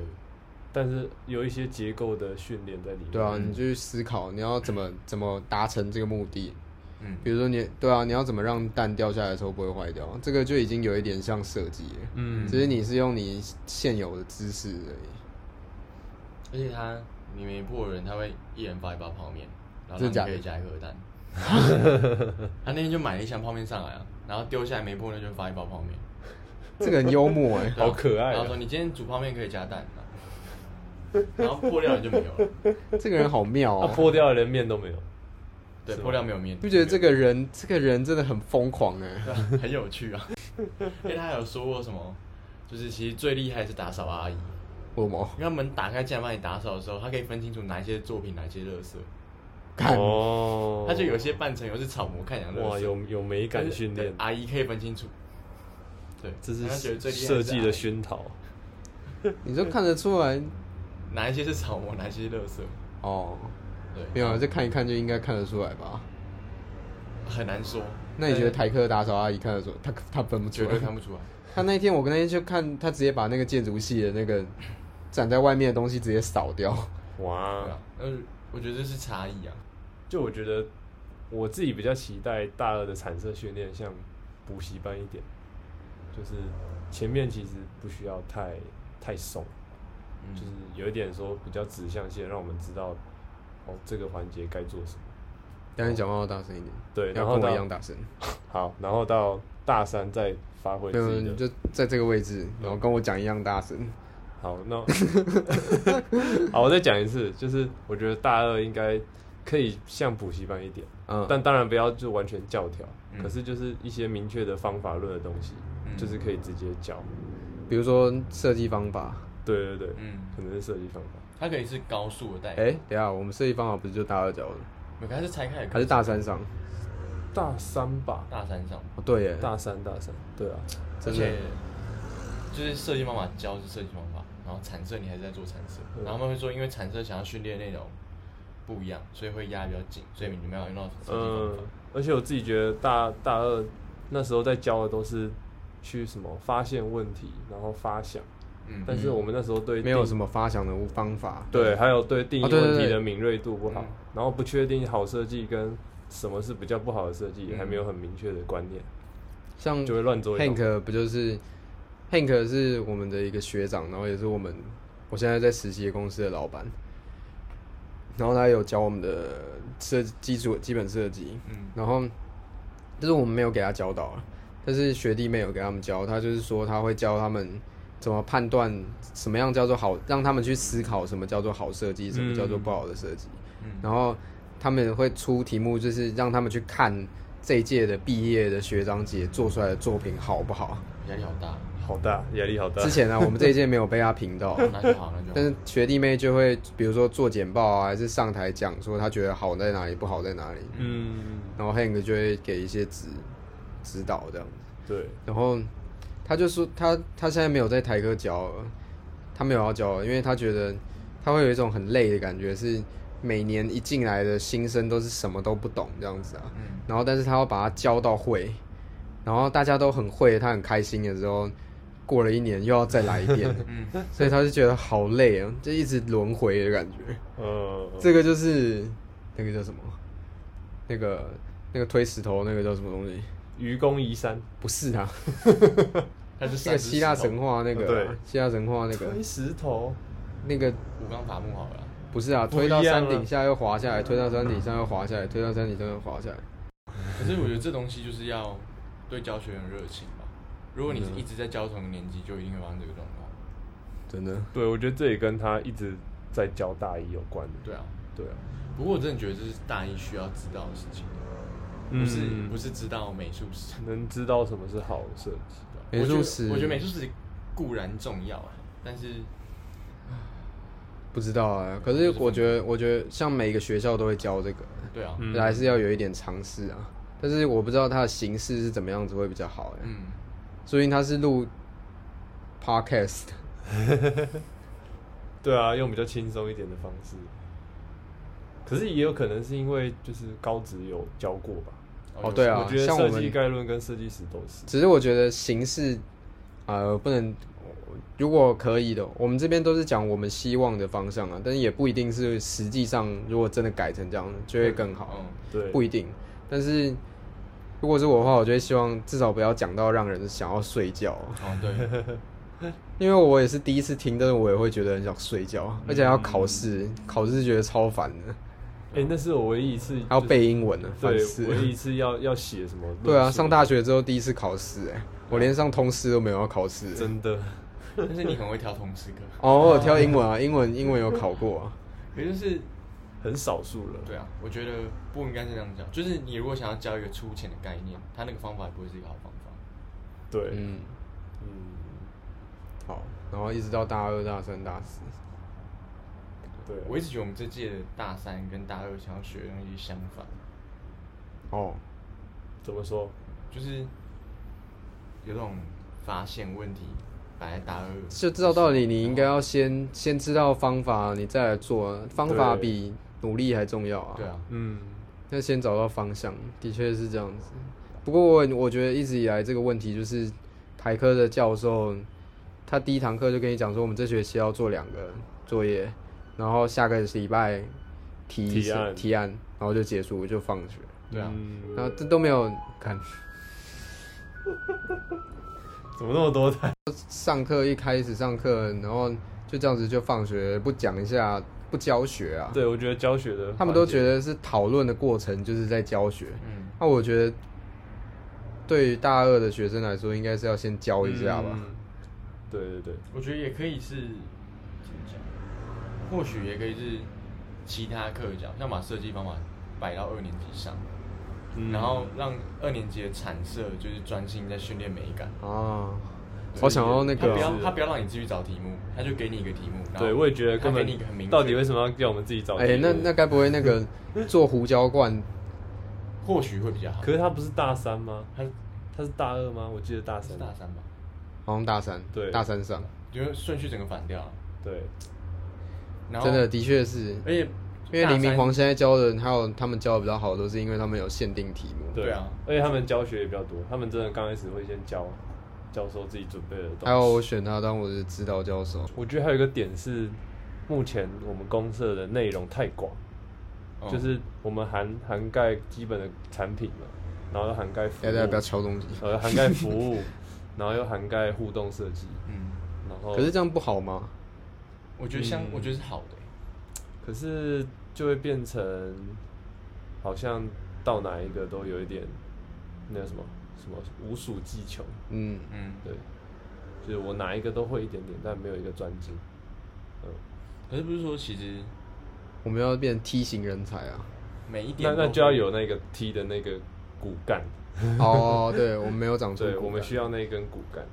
Speaker 2: 但是有一些结构的训练在里面，嗯
Speaker 1: 对啊，
Speaker 3: 嗯
Speaker 1: 你就去思考你要怎么怎么达成这个目的。
Speaker 3: 嗯，
Speaker 1: 比如说你对啊，你要怎么让蛋掉下来的时候不会坏掉？这个就已经有一点像设计了，
Speaker 2: 嗯，
Speaker 1: 只是你是用你现有的知识而已。
Speaker 3: 而且他你没破人，他会一人发一包泡面，然后
Speaker 1: 真的假
Speaker 3: 让
Speaker 1: 的
Speaker 3: 你可以加一盒蛋。
Speaker 1: [laughs]
Speaker 3: 他那天就买了一箱泡面上来啊，然后丢下来没破那就发一包泡面，
Speaker 1: 这个很幽默哎、
Speaker 3: 对啊
Speaker 2: 好可爱啊
Speaker 3: 然后说你今天煮泡面可以加蛋，啊然后破掉你就没有了。
Speaker 1: 这个人好妙
Speaker 2: 它
Speaker 1: 哦、
Speaker 2: 啊破掉的连面都没有，
Speaker 3: 对，
Speaker 2: 是吗
Speaker 3: 破掉没有面，
Speaker 1: 你不觉得这个人，这个人真的很疯狂哎、
Speaker 3: 对啊 [laughs] 很有趣啊？因为他还有说过什么，就是其实最厉害是打扫阿姨，
Speaker 1: 为什么？
Speaker 3: 因为他门打开进来帮你打扫的时候，他可以分清楚哪一些作品，哪一些垃圾。
Speaker 1: 看，
Speaker 2: 哦，
Speaker 3: 他就有些半成油是草模，看起来像垃圾
Speaker 2: 哇有有美感训
Speaker 3: 但是
Speaker 2: 练
Speaker 3: 对，阿姨可以分清楚。对，
Speaker 2: 这
Speaker 3: 他觉
Speaker 2: 是
Speaker 3: 得最厉害
Speaker 2: 设计的
Speaker 3: 是
Speaker 2: 熏陶，
Speaker 1: 你就看得出来
Speaker 3: 阿姨哪一些是草模，哪一些是垃圾。
Speaker 1: 哦。
Speaker 3: 对，
Speaker 1: 没有，这看一看就应该看得出来吧？
Speaker 3: 很难说，
Speaker 1: 那你觉得台科打扫阿姨看得出来？她她分不出
Speaker 3: 绝对
Speaker 1: 来。
Speaker 3: 看不出来。
Speaker 1: 她那天我跟那天去看，她直接把那个建筑系的那个展在外面的东西直接扫掉。
Speaker 2: 哇
Speaker 3: 对，啊，呃，我觉得这是差异啊。
Speaker 2: 就我觉得我自己比较期待大二的产色训练像补习班一点，就是前面其实不需要太太松，
Speaker 3: 嗯
Speaker 2: 就是有一点说比较指向性，让我们知道哦这个环节该做什么。
Speaker 1: 但是讲话要大声一点，
Speaker 2: 对，然
Speaker 1: 要
Speaker 2: 后
Speaker 1: 跟我
Speaker 2: 到
Speaker 1: 一样大声。
Speaker 2: 好，然后到大三再发挥
Speaker 1: 没有，
Speaker 2: 自己
Speaker 1: 你
Speaker 2: 的。
Speaker 1: 就在这个位置，然后跟我讲一样大声。
Speaker 2: 好，那 [laughs] 好，我再讲一次，就是我觉得大二应该可以像补习班一点，
Speaker 1: 嗯，
Speaker 2: 但当然不要就完全教条，
Speaker 3: 嗯
Speaker 2: 可是就是一些明确的方法论的东西，
Speaker 3: 嗯
Speaker 2: 就是可以直接教。
Speaker 1: 比如说设计方法，
Speaker 2: 对对对，
Speaker 3: 嗯，
Speaker 2: 可能是设计方法。
Speaker 3: 它可以是高速的代
Speaker 1: 哎、等一下我们设计方法不是就大二教的，
Speaker 3: 没有，它是拆开的，
Speaker 1: 还是大三上？
Speaker 2: 大三吧，
Speaker 3: 大山上，
Speaker 1: 哦，对耶，
Speaker 2: 大三大三，对啊，
Speaker 3: 而
Speaker 1: 真的
Speaker 3: 且就是设计方法教是设计方法，然后产色你还是在做产色，
Speaker 2: 嗯
Speaker 3: 然后他们会说，因为产色想要训练内容不一样，所以会压得比较紧，
Speaker 1: 嗯
Speaker 3: 所以你们要用到设计方
Speaker 2: 嗯
Speaker 3: 法。，
Speaker 2: 而且我自己觉得大大二那时候在教的都是去什么发现问题，然后发想，
Speaker 3: 嗯，
Speaker 2: 但是我们那时候对
Speaker 1: 没有
Speaker 2: 定
Speaker 1: 什么发想的方法。
Speaker 2: 对，还有对定义
Speaker 1: 啊对对
Speaker 2: 问题
Speaker 1: 对
Speaker 2: 的敏锐度不好，
Speaker 3: 嗯
Speaker 2: 然后不确定好设计跟什么是比较不好的设计，
Speaker 3: 嗯
Speaker 2: 还没有很明确的观念，
Speaker 1: 像
Speaker 2: 就会乱做一通。
Speaker 1: Hank 不就是 Hank 是我们的一个学长，然后也是我们我现在在实习的公司的老板，然后他有教我们的设基础基本设计，
Speaker 3: 嗯
Speaker 1: 然后就是我们没有给他教导啊，但是学弟妹有给他们教，他就是说他会教他们怎么判断什么样叫做好，让他们去思考什么叫做好设计，什么叫做不好的设计，
Speaker 3: 嗯
Speaker 1: 然后他们会出题目，就是让他们去看这一届的毕业的学长姐做出来的作品好不好。
Speaker 3: 压力好大，
Speaker 2: 好大，压力好大
Speaker 1: 之。前呢、我们这一届没有被他评
Speaker 3: [laughs]
Speaker 1: 到，
Speaker 3: 那就好，那就好。
Speaker 1: 但是学弟妹就会比如说做简报啊，还是上台讲说他觉得好在哪里，不好在哪里，
Speaker 2: 嗯，
Speaker 1: 然后 Hank 就会给一些指指导这样子。
Speaker 2: 对，
Speaker 1: 然后他就说他他现在没有在台科教了，他没有要教了，因为他觉得他会有一种很累的感觉，是每年一进来的新生都是什么都不懂这样子啊。
Speaker 3: 嗯
Speaker 1: 然后但是他要把它教到会，然后大家都很会，他很开心的时候，过了一年又要再来一遍，
Speaker 3: 嗯，
Speaker 1: 所以他就觉得好累啊，就一直轮回的感觉。
Speaker 2: 呃，
Speaker 1: 这个就是那个叫什么，那个那个推石头那个叫什么东西？
Speaker 2: 愚公移山，
Speaker 1: 不是
Speaker 2: [laughs]
Speaker 1: 啊，
Speaker 3: 他是
Speaker 1: 那个希腊神
Speaker 3: 话
Speaker 1: 话那个啊、
Speaker 2: 对
Speaker 1: 希腊神话那个
Speaker 2: 推石头，
Speaker 1: 那个
Speaker 3: 武钢伐木好了啦，
Speaker 1: 不是啊，
Speaker 2: 不一
Speaker 1: 推
Speaker 2: 样啊
Speaker 1: 到山顶下又滑下来，推到山顶上又滑下来，推到山顶上又滑下来。
Speaker 3: 可是我觉得这东西就是要对教学很热情吧。如果你
Speaker 1: 嗯
Speaker 3: 是一直在教同一个年级，就一定会发生这个状况。
Speaker 1: 真的，
Speaker 2: 对我觉得这也跟他一直在教大一有关的。
Speaker 3: 对啊，
Speaker 2: 对啊，
Speaker 3: 不过我真的觉得这是大一需要知道的事情，
Speaker 2: 嗯
Speaker 1: 嗯
Speaker 3: 不是、不是知道美术史。
Speaker 2: 能知道什么是好的设计吧？
Speaker 1: 美术史
Speaker 3: 我觉得我觉得美术史固然重要啊，但是
Speaker 1: 不知道啊。可是我觉得，我觉得像每个学校都会教这个，
Speaker 3: 对啊，
Speaker 2: 嗯
Speaker 1: 还是要有一点尝试啊。但是我不知道它的形式是怎么样子会比较好哎、
Speaker 3: 嗯，
Speaker 1: 所以它是录 podcast，
Speaker 2: 对啊，用比较轻松一点的方式。可是也有可能是因为就是高职有教过吧，
Speaker 1: 哦对啊
Speaker 2: 我觉得
Speaker 1: 像我
Speaker 2: 设
Speaker 1: 们
Speaker 2: 计概论跟设计师都是。
Speaker 1: 只是我觉得形式，呃，不能，如果可以的，我们这边都是讲我们希望的方向啊，但是也不一定是实际上，如果真的改成这样，就会更好，
Speaker 3: 嗯，
Speaker 2: 对，
Speaker 1: 不一定。但是如果是我的话，我就会希望至少不要讲到让人想要睡觉，
Speaker 3: 哦
Speaker 1: [laughs]
Speaker 3: 对，
Speaker 1: 因为我也是第一次听，但是我也会觉得很想睡觉，
Speaker 2: 嗯
Speaker 1: 而且还要考试，考试觉得超烦的，
Speaker 2: 哎、那是我唯一一次、
Speaker 1: 还要背英文呢、
Speaker 2: 对
Speaker 1: 烦死，了
Speaker 2: 唯一一次要 [laughs] 要写什么论述？
Speaker 1: 对啊，上大学之后第一次考试、哎，我连上通识都没有要考试、哎
Speaker 2: 真的，
Speaker 3: 但是你很会挑同事课，
Speaker 1: 哦，我有挑英文啊，英文英文有考过啊。
Speaker 3: 也就是
Speaker 2: 很少数了。
Speaker 3: 对啊，我觉得不应该是这样讲，就是你如果想要教一个粗浅的概念，他那个方法也不会是一个好方法。
Speaker 2: 对，嗯
Speaker 1: 嗯，好，然后一直到大二、大三、大四，
Speaker 2: 对啊，
Speaker 3: 我一直觉得我们这届的大三跟大二想要学的东西相反，
Speaker 1: 哦，
Speaker 2: 怎么说？
Speaker 3: 就是有种发现问题摆在大二，
Speaker 2: 嗯
Speaker 1: 就知道道理，你应该要先先知道方法，你再来做啊。方法
Speaker 2: 对
Speaker 1: 比努力还重要啊。
Speaker 3: 对，啊，
Speaker 2: 嗯，
Speaker 1: 要先找到方向，的确是这样子。不过我我觉得一直以来这个问题就是台科的教授，他第一堂课就跟你讲说，我们这学期要做两个作业，然后下个礼拜提
Speaker 2: 提案
Speaker 1: 提案，然后就结束就放学。
Speaker 3: 对啊，
Speaker 2: 嗯
Speaker 1: 然后这都没有看。
Speaker 2: 怎么那么多台？ [laughs]
Speaker 1: 上课一开始上课，然后就这样子就放学，不讲一下，不教学啊。
Speaker 2: 对，我觉得教学的
Speaker 1: 他们都觉
Speaker 2: 得
Speaker 1: 得是讨论的过程就是在教学。
Speaker 3: 嗯，
Speaker 1: 那我觉得，对于大二的学生来说，应该是要先教一下吧。
Speaker 3: 嗯
Speaker 2: 嗯对对对，
Speaker 3: 我觉得也可以是怎么讲，或许也可以是其他课讲，像把设计方法摆到二年级上，
Speaker 2: 嗯
Speaker 3: 然后让二年级的产设就是专心在训练美感。
Speaker 1: 啊，好想要那
Speaker 3: 他
Speaker 1: 个
Speaker 3: 不
Speaker 1: 啊、
Speaker 3: 要他不要让你自己找题目，他就给你一个题目。然后
Speaker 2: 对，我也觉得
Speaker 3: 他
Speaker 2: 根
Speaker 3: 给
Speaker 2: 本
Speaker 3: 你一个很明确的
Speaker 2: 到底为什么要叫我们自己找题
Speaker 1: 哎、
Speaker 2: 目？
Speaker 1: 那那该不会那
Speaker 3: [laughs]
Speaker 1: 个做胡椒罐？
Speaker 3: 或许会比较好。
Speaker 2: 可是他不是大三吗？
Speaker 3: 他是
Speaker 2: 他是大二吗？我记得大三
Speaker 3: 是。大三吧？
Speaker 1: 好像大三，
Speaker 2: 对
Speaker 1: 大三上，
Speaker 3: 就是顺序整个反掉啊，
Speaker 2: 对，
Speaker 3: 然后
Speaker 1: 真的的确是，
Speaker 3: 而且
Speaker 1: 因为黎明
Speaker 2: 大三
Speaker 1: 皇现在教的，还有他们教的比较好，都是因为他们有限定题目，
Speaker 2: 对
Speaker 3: 对啊，
Speaker 2: 而且他们教学也比较多，他们真的刚开始会先教教授自己准备的东西。
Speaker 1: 还有我选他当我的指导教授，
Speaker 2: 我觉得还有一个点是，目前我们公社的内容太广，
Speaker 1: 哦
Speaker 3: 嗯
Speaker 2: 就是我们涵涵盖基本的产品嘛，然后又涵盖服
Speaker 1: 大
Speaker 2: 务，
Speaker 1: 家不要敲东西。
Speaker 2: 然后又涵盖服务， [laughs] 然后又涵盖互动设计，
Speaker 3: 嗯，
Speaker 2: 然后
Speaker 1: 可是这样不好吗？
Speaker 3: 我觉得像
Speaker 2: 嗯
Speaker 3: 我觉得是好的欸，
Speaker 2: 可是就会变成好像到哪一个都有一点那叫什么什么无所技穷，
Speaker 1: 嗯，
Speaker 3: 嗯，
Speaker 2: 对，就是我哪一个都会一点点，但没有一个专精，嗯，
Speaker 3: 可是不是说其实
Speaker 1: 我们要变 T 型人才
Speaker 2: [laughs]
Speaker 1: 啊！
Speaker 3: 每一
Speaker 2: 那
Speaker 3: 点
Speaker 2: 那
Speaker 3: 都
Speaker 2: 就要
Speaker 3: 会
Speaker 2: 有那个 T 的那个骨干。
Speaker 1: 哦，对，我们没有长出骨
Speaker 2: 对，
Speaker 1: 感，
Speaker 2: 我们需要那一根骨干。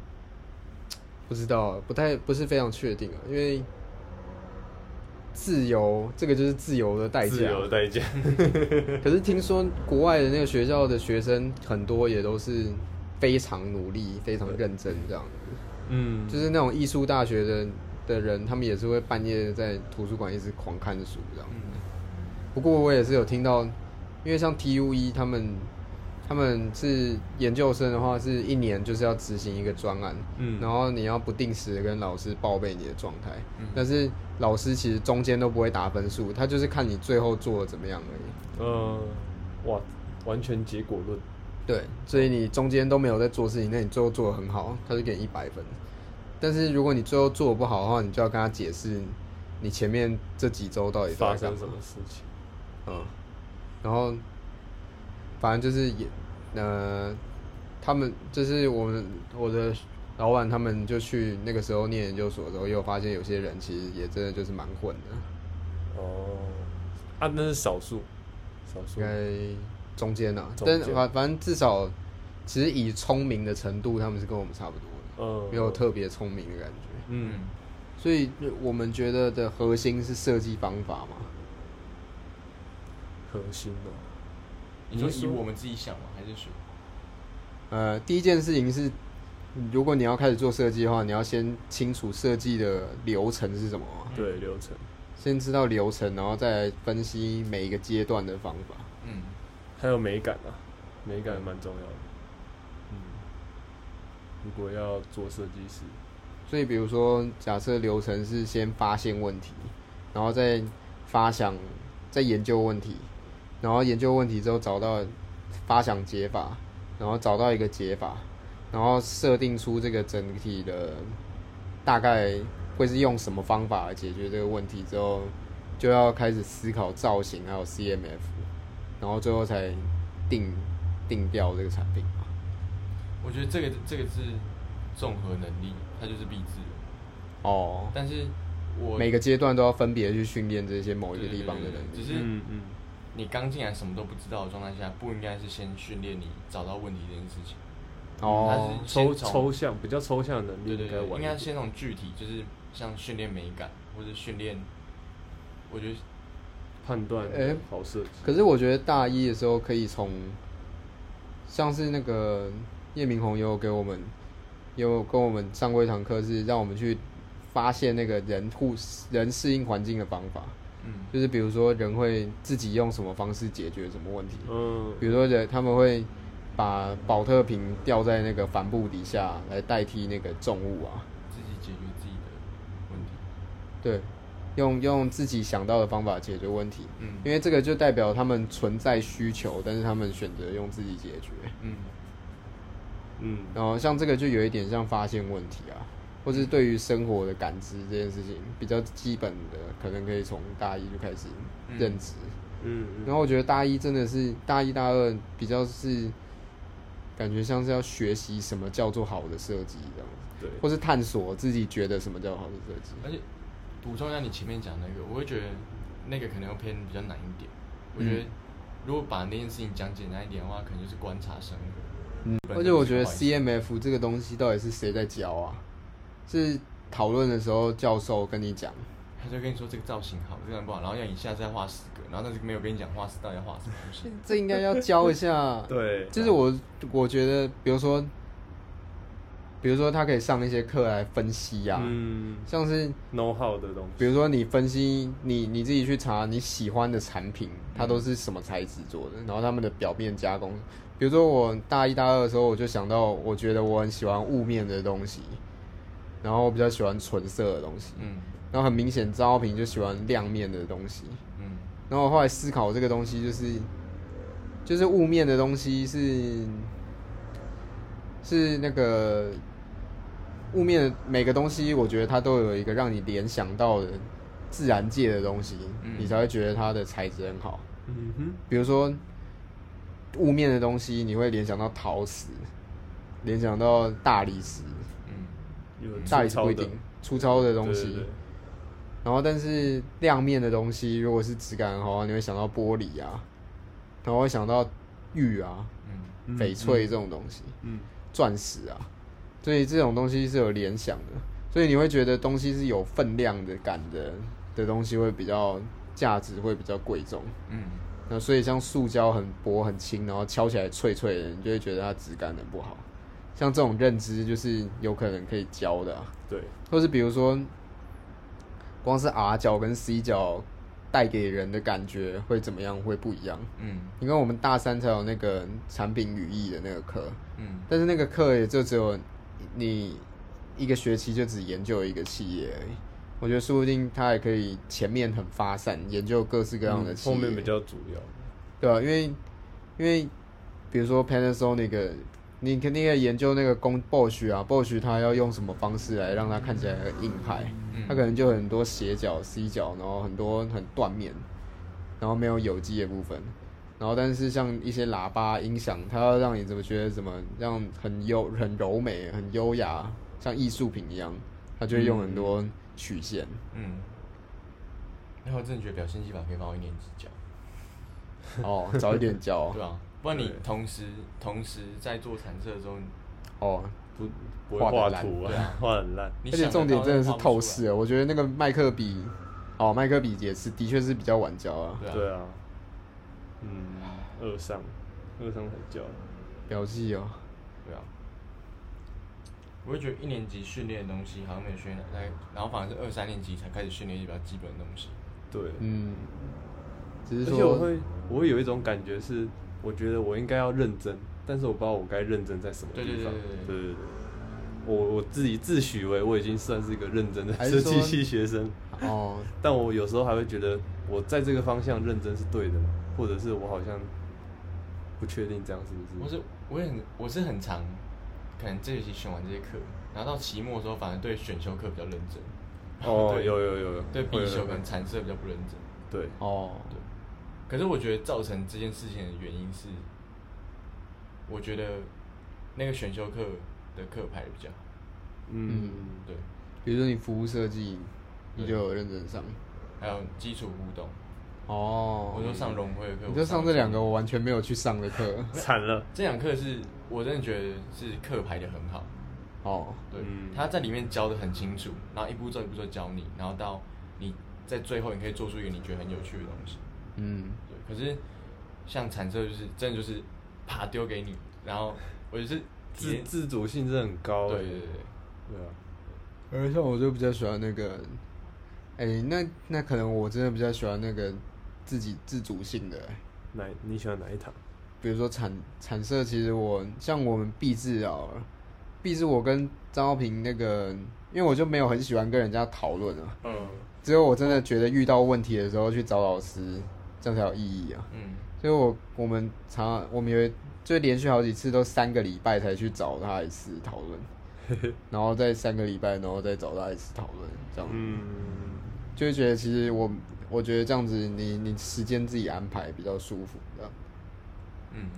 Speaker 1: 不知道，不太不是非常确定啊，因为自由这个就是自由的代
Speaker 2: 自
Speaker 1: 价。
Speaker 2: 由 [laughs]
Speaker 1: [laughs]
Speaker 2: 的代价。
Speaker 1: 可是听说国外的那个学校的学生很多也都是非常努力、非常认真这样，
Speaker 2: 嗯，
Speaker 1: 就是那种艺术大学的的人，他们也是会半夜在图书馆一直狂看书这样。
Speaker 3: 嗯
Speaker 1: 不过我也是有听到，因为像 TUE 他们，他们是研究生的话，是一年就是要执行一个专案，
Speaker 2: 嗯
Speaker 1: 然后你要不定时的跟老师报备你的状态，
Speaker 2: 嗯
Speaker 1: 但是老师其实中间都不会打分数，他就是看你最后做的怎么样而已。
Speaker 2: 呃，哇，完全结果论。
Speaker 1: 对，所以你中间都没有在做事情，那你最后做的很好，他就给你一百分。但是如果你最后做的不好的话，你就要跟他解释你前面这几周到底都在
Speaker 2: 发
Speaker 1: 干
Speaker 2: 生
Speaker 1: 嘛
Speaker 2: 什么事情？
Speaker 1: 嗯，然后反正就是也呃，他们就是我们我的老板他们就去那个时候念研究所的时候，也有发现有些人其实也真的就是蛮混的，
Speaker 2: 哦，啊，那是少数，少数
Speaker 1: 应。该中间啊，
Speaker 2: 中
Speaker 1: 但
Speaker 2: 间
Speaker 1: 反反正至少其实以聪明的程度，他们是跟我们差不多的，
Speaker 2: 呃，
Speaker 1: 没有特别聪明的感觉。
Speaker 2: 嗯，
Speaker 3: 嗯，
Speaker 1: 所以我们觉得的核心是设计方法嘛，
Speaker 2: 核心哦。
Speaker 3: 嗯你说
Speaker 2: 你
Speaker 3: 以
Speaker 2: 说
Speaker 3: 我们自己想吗？还是说
Speaker 1: 呃，第一件事情是，如果你要开始做设计的话，你要先清楚设计的流程是什么嘛，
Speaker 2: 对，流程
Speaker 1: 先知道流程，然后再来分析每一个阶段的方法。
Speaker 3: 嗯，
Speaker 2: 还有美感啊，美感蛮重要的。嗯，如果要做设计师，
Speaker 1: 所以，比如说，假设流程是先发现问题，然后再发想，再研究问题，然后研究问题之后找到发想解法，然后找到一个解法，然后设定出这个整体的大概会是用什么方法来解决这个问题之后，就要开始思考造型还有 CMF，然后最后才定定掉这个产品嘛。
Speaker 3: 我觉得这个这个是综合能力，它就是必知的。
Speaker 1: 哦，
Speaker 3: 但是我
Speaker 1: 每个阶段都要分别去训练这些某一个地方的
Speaker 3: 对
Speaker 1: 能
Speaker 3: 对对对
Speaker 1: 力
Speaker 3: 只。是
Speaker 2: 嗯嗯，
Speaker 3: 你刚进来什么都不知道的状态下，不应该是先训练你找到问题这件事情。
Speaker 1: 哦，
Speaker 3: 嗯它是先
Speaker 2: 抽
Speaker 3: 从
Speaker 2: 抽象比较抽象的能
Speaker 3: 对
Speaker 2: 力
Speaker 3: 对
Speaker 2: 应该
Speaker 3: 对，
Speaker 2: 玩
Speaker 3: 应
Speaker 2: 一
Speaker 3: 该
Speaker 2: 点。
Speaker 3: 先从具体，就是像训练美感，或者训练，我觉得
Speaker 2: 判断
Speaker 1: 哎
Speaker 2: 好设计。
Speaker 1: 可是我觉得大一的时候可以从，像是那个叶明宏也有给我们，也有跟我们上过一堂课，是让我们去发现那个人互人适应环境的方法，
Speaker 3: 嗯
Speaker 1: 就是比如说人会自己用什么方式解决什么问题，
Speaker 2: 嗯，
Speaker 1: 比如说人他们会把保特瓶吊在那个帆布底下来代替那个重物啊，
Speaker 3: 自己解决自己的问题。
Speaker 1: 对，用用自己想到的方法解决问题，
Speaker 3: 嗯
Speaker 1: 因为这个就代表他们存在需求，但是他们选择用自己解决。
Speaker 3: 嗯
Speaker 2: 嗯，
Speaker 1: 然后像这个就有一点像发现问题啊，或是对于生活的感知这件事情比较基本的，可能可以从大一就开始认知。
Speaker 2: 嗯嗯，
Speaker 1: 然后我觉得大一真的是大一大二比较是感觉像是要学习什么叫做好的设计这样子，
Speaker 2: 对，
Speaker 1: 或是探索自己觉得什么叫好的设计。
Speaker 3: 而且补充一下你前面讲那个，我会觉得那个可能要偏比较难一点。
Speaker 1: 嗯
Speaker 3: 我觉得如果把那件事情讲简单一点的话，可能就是观察生活。
Speaker 1: 嗯，而且我觉得 CMF 这个东西到底是谁在教啊？是讨论的时候教授跟你讲，
Speaker 3: 他就跟你说这个造型好，这个不好，然后要你下次再画十个，然后但是没有跟你讲画十到底要画什么
Speaker 1: [laughs]
Speaker 3: 东西。
Speaker 1: 这
Speaker 2: [laughs]。
Speaker 1: 应该要教一下
Speaker 2: 对，
Speaker 1: 就是我我觉得，比如说，比如说他可以上一些课来分析呀、
Speaker 2: 嗯
Speaker 1: 像是
Speaker 2: ，no how 的东西，
Speaker 1: 比如说你分析你你自己去查你喜欢的产品，它都是什么材质做的，然后他们的表面加工。比如说我大一大二的时候，我就想到，我觉得我很喜欢雾面的东西，然后我比较喜欢纯色的东西，
Speaker 3: 嗯
Speaker 1: 然后很明显张浩平就喜欢亮面的东西。
Speaker 3: 嗯
Speaker 1: 然后我后来思考这个东西，就是就是雾面的东西是是那个雾面的每个东西，我觉得它都有一个让你联想到的自然界的东西，
Speaker 3: 嗯
Speaker 1: 你才会觉得它的材质很好。
Speaker 2: 嗯哼，
Speaker 1: 比如说雾面的东西，你会联想到陶瓷，联想到大理石，
Speaker 3: 嗯
Speaker 2: 有
Speaker 1: 大
Speaker 2: 粗
Speaker 1: 理石
Speaker 2: 糙
Speaker 1: 不一
Speaker 2: 的
Speaker 1: 定粗糙的东
Speaker 2: 对
Speaker 1: 西。
Speaker 2: 对对
Speaker 1: 然后但是亮面的东西，如果是质感很好，你会想到玻璃啊，然后会想到玉啊、
Speaker 3: 嗯
Speaker 2: 嗯
Speaker 1: 翡翠这种东西，
Speaker 2: 嗯
Speaker 1: 钻石啊，所以这种东西是有联想的，所以你会觉得东西是有分量的感的的东西会比较价值会比较贵重。
Speaker 3: 嗯
Speaker 1: 那所以像塑胶很薄很轻，然后敲起来脆脆的，你就会觉得它质感很不好。像这种认知就是有可能可以教的、啊。
Speaker 2: 对，
Speaker 1: 或是比如说，光是 R 角跟 C 角带给人的感觉会怎么样，会不一样。
Speaker 3: 嗯
Speaker 1: 因为我们大三才有那个产品语义的那个课，
Speaker 3: 嗯
Speaker 1: 但是那个课也就只有你一个学期就只研究一个企业而已。我觉得说不定它也可以前面很发散，研究各式各样的
Speaker 2: 嗯
Speaker 1: 企业，
Speaker 2: 后面比较主要，
Speaker 1: 对啊，因为因为比如说 Panasonic，你肯定要研究那个工 Bosch 啊，Bosch 它要用什么方式来让它看起来很硬派，
Speaker 3: 嗯
Speaker 1: 它可能就很多斜角、C 角，然后很多很断面，然后没有有机的部分。然后，但是像一些喇叭音响，它要让你怎么觉得怎么让很优、很柔美、很优雅，像艺术品一样，它就会用很多曲线。
Speaker 3: 嗯。然后我真的觉得表现技法可以放到一年级教，
Speaker 1: 哦，早一点教
Speaker 3: 对啊，不然你
Speaker 2: 对
Speaker 3: 同时同时在做产测的时候，
Speaker 1: 哦，
Speaker 2: 不不
Speaker 1: 画
Speaker 2: 会
Speaker 1: 得
Speaker 2: 画
Speaker 1: 烂
Speaker 2: 图
Speaker 3: 对啊
Speaker 2: 啊， [laughs] 画得很烂，
Speaker 3: 你
Speaker 1: 而且
Speaker 3: 想得
Speaker 1: 重点
Speaker 3: 到
Speaker 1: 真的
Speaker 3: 但
Speaker 1: 是
Speaker 3: 画不
Speaker 1: 透
Speaker 3: 出
Speaker 1: 视
Speaker 3: 来
Speaker 1: 啊，我觉得那个麦克笔，哦，麦克笔也是，的确是比较晚教啊，
Speaker 3: 对啊
Speaker 2: 对啊，嗯，二上二上才教，
Speaker 1: 表记哦，
Speaker 3: 对啊，我会觉得一年级训练的东西好像没有训练到，大概然后反而是二三年级才开始训练一些比较基本的东西。
Speaker 2: 对，
Speaker 1: 嗯，只是
Speaker 2: 而且我
Speaker 1: 说，
Speaker 2: 会我会有一种感觉是，我觉得我应该要认真，但是我不知道我该认真在什么地
Speaker 3: 对对
Speaker 2: 方，
Speaker 3: 对
Speaker 2: 对
Speaker 3: 对
Speaker 2: 对对我我自己自诩为我已经算是一个认真的
Speaker 1: 还
Speaker 2: 设 [laughs]
Speaker 1: 是说
Speaker 2: 计系学生，
Speaker 1: 哦，
Speaker 2: 但我有时候还会觉得我在这个方向认真是对的吗？或者是我好像不确定这样是不
Speaker 3: 我
Speaker 2: 是？
Speaker 3: 是我也很我是很常，可能这学期选完这些课，然后到期末的时候，反而对选修课比较认真，
Speaker 2: 哦，
Speaker 3: 对
Speaker 2: 有有有有，
Speaker 3: 对
Speaker 2: 会
Speaker 3: 必
Speaker 2: 会
Speaker 3: 修
Speaker 2: 会
Speaker 3: 跟产设比较不认真。
Speaker 2: 对，
Speaker 1: 哦，
Speaker 3: 对，可是我觉得造成这件事情的原因是，我觉得那个选修课的课排的比较好。
Speaker 2: 嗯，
Speaker 3: 对，
Speaker 1: 比如说你服务设计，你
Speaker 3: 对
Speaker 1: 就有认真上，
Speaker 3: 还有基础互动，我
Speaker 1: 哦，
Speaker 3: 就上融会的课，
Speaker 1: 你
Speaker 3: 我
Speaker 1: 就上这
Speaker 3: 了
Speaker 1: 两个我完全没有去上的课，
Speaker 2: 惨了，
Speaker 3: 这堂课是我真的觉得是课排的很好，
Speaker 1: [laughs] 哦，
Speaker 3: 对，
Speaker 2: 嗯
Speaker 3: 他在里面教的很清楚，然后一步骤一步骤教你，然后到你在最后你可以做出一个你觉得很有趣的东西，
Speaker 1: 嗯，
Speaker 3: 对。可是像产测就是真的就是啪丢给你，然后我就是体
Speaker 2: 自
Speaker 3: 验，
Speaker 2: 自主性真的很高
Speaker 3: 对
Speaker 2: 欸，
Speaker 3: 对对对，
Speaker 2: 对啊，
Speaker 1: 而像我就比较喜欢那个，哎、那那可能我真的比较喜欢那个自己自主性的、
Speaker 2: 哪你喜欢哪一堂？
Speaker 1: 比如说产产社，其实我像我们毕制啊，毕制我跟张浩平那个，因为我就没有很喜欢跟人家讨论啊，
Speaker 2: 嗯，
Speaker 1: 只有我真的觉得遇到问题的时候去找老师，这样才有意义啊。
Speaker 3: 嗯
Speaker 1: 所以我我们常我们有就连续好几次都三个礼拜才去找他一次讨论，
Speaker 2: [laughs]
Speaker 1: 然后再三个礼拜，然后再找他一次讨论，这样
Speaker 2: 嗯，
Speaker 1: 就会觉得其实我我觉得这样子你你时间自己安排比较舒服，这样。
Speaker 3: 嗯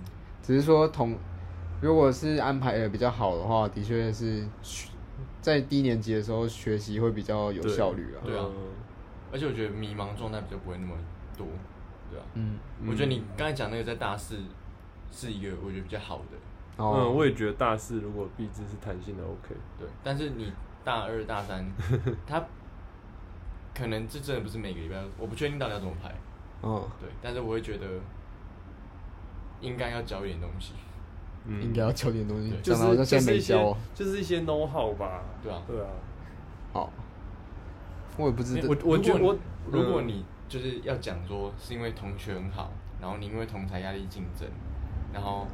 Speaker 1: 只是说同，如果是安排的比较好的话，的确是学在低年级的时候学习会比较有
Speaker 2: 对
Speaker 1: 效率啊。
Speaker 3: 对啊
Speaker 2: 嗯
Speaker 3: 而且我觉得迷茫状态比较不会那么多，对吧、啊
Speaker 1: 嗯，
Speaker 2: 嗯
Speaker 3: 我觉得你刚才讲那个在大四是一个我觉得比较好的，
Speaker 1: 然后
Speaker 2: 嗯，我也觉得大四如果毕制是弹性的 OK，
Speaker 3: 对，但是你大二大
Speaker 1: [laughs]
Speaker 3: 三，他可能这真的不是每个礼拜，我不确定到底要怎么排。
Speaker 1: 嗯
Speaker 3: 对，但是我会觉得应该要教一点东西。
Speaker 2: 嗯
Speaker 1: 应该要教点东西，
Speaker 2: 就
Speaker 1: 讲得好
Speaker 2: 是
Speaker 1: 像现在
Speaker 2: 就是
Speaker 1: 没
Speaker 2: 一
Speaker 1: 教
Speaker 2: 些
Speaker 1: 哦。
Speaker 2: 就是一些 know how 吧，
Speaker 3: 对
Speaker 1: 嗯
Speaker 3: 啊
Speaker 2: 对啊，
Speaker 1: 好，我也不知道
Speaker 2: 我，我觉得我
Speaker 3: 如果
Speaker 2: 嗯
Speaker 3: 你就是要讲说是因为同学很好，然后你因为同才压力竞争，然后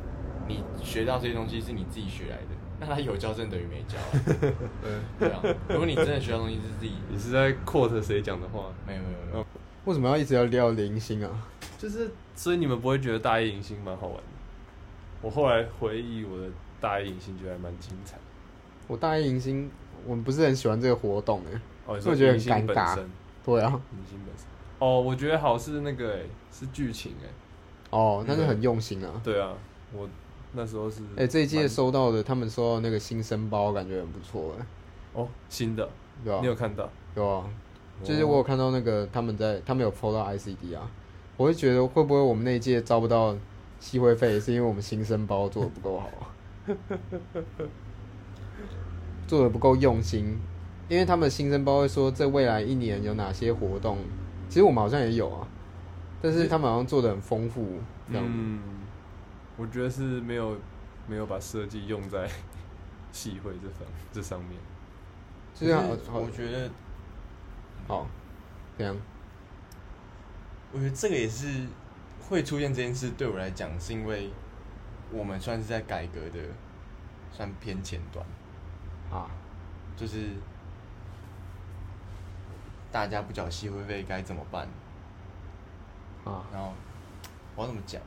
Speaker 3: 你学到这些东西是你自己学来的，那他有教真的等于没
Speaker 1: [laughs]
Speaker 3: 教、啊，对啊。如果你真的学到东西是自己，
Speaker 2: 嗯你是在 quote 谁讲的话？
Speaker 3: 没有没有没有，
Speaker 1: 为什么要一直要聊零星啊？
Speaker 2: 就是，所以你们不会觉得大一迎新蛮好玩的？我后来回忆我的大一迎新，觉得还蛮精彩。
Speaker 1: 我大一迎新，我们不是很喜欢这个活动哎、
Speaker 2: 哦，你
Speaker 1: 我
Speaker 2: 说
Speaker 1: 觉得
Speaker 2: 迎
Speaker 1: 很
Speaker 2: 新
Speaker 1: 尴
Speaker 2: 本
Speaker 1: 尬
Speaker 2: 身，
Speaker 1: 对啊，
Speaker 2: 迎新本身。哦，我觉得好是那个哎、是剧情哎、
Speaker 1: 哦，那就很用心啊。
Speaker 2: 对啊，我那时候是
Speaker 1: 哎、这一届
Speaker 2: 蛮
Speaker 1: 收到的，他们收到那个新生包，感觉很不错哎、
Speaker 2: 哦新的，
Speaker 1: 对吧、
Speaker 2: 你有看到？
Speaker 1: 有啊，哦就是我有看到那个他们在他们有 PO 到 ICD 啊，我会觉得会不会我们那一届招不到系会费，是因为我们新生包做的不够好，啊 [laughs] 做的不够用心，因为他们新生包会说这未来一年有哪些活动，其实我们好像也有啊，但是他们好像做的很丰富，这样、
Speaker 2: 嗯，我觉得是没有没有把设计用在戏会这方这上面。
Speaker 1: 就是好
Speaker 4: 可
Speaker 1: 好
Speaker 4: 我觉得，
Speaker 1: 好这样，
Speaker 4: 我觉得这个也是会出现这件事，对我来讲是因为我们算是在改革的，算偏前端，
Speaker 1: 啊，
Speaker 4: 就是大家不缴系会费该怎么办？
Speaker 1: 啊，
Speaker 4: 然后我要怎么讲？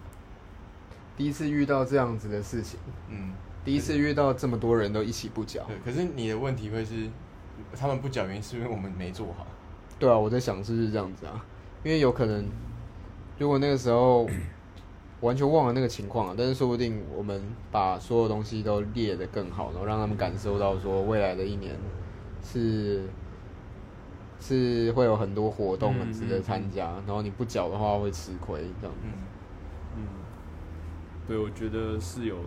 Speaker 1: 第一次遇到这样子的事情，
Speaker 4: 嗯，
Speaker 1: 第一次遇到这么多人都一起不缴，
Speaker 4: 对。可是你的问题会是，他们不缴原因是因为我们没做好。
Speaker 1: 对啊，我在想是不是这样子啊？因为有可能，如果那个时
Speaker 2: [clears throat]
Speaker 1: 候完全忘了那个情况啊，但是说不定我们把所有东西都列得更好，然后让他们感受到说未来的一年是是会有很多活动
Speaker 2: 嗯
Speaker 1: 很值得参加，然后你不缴的话会吃亏这样。
Speaker 4: 嗯，
Speaker 2: 嗯，对，我觉得是有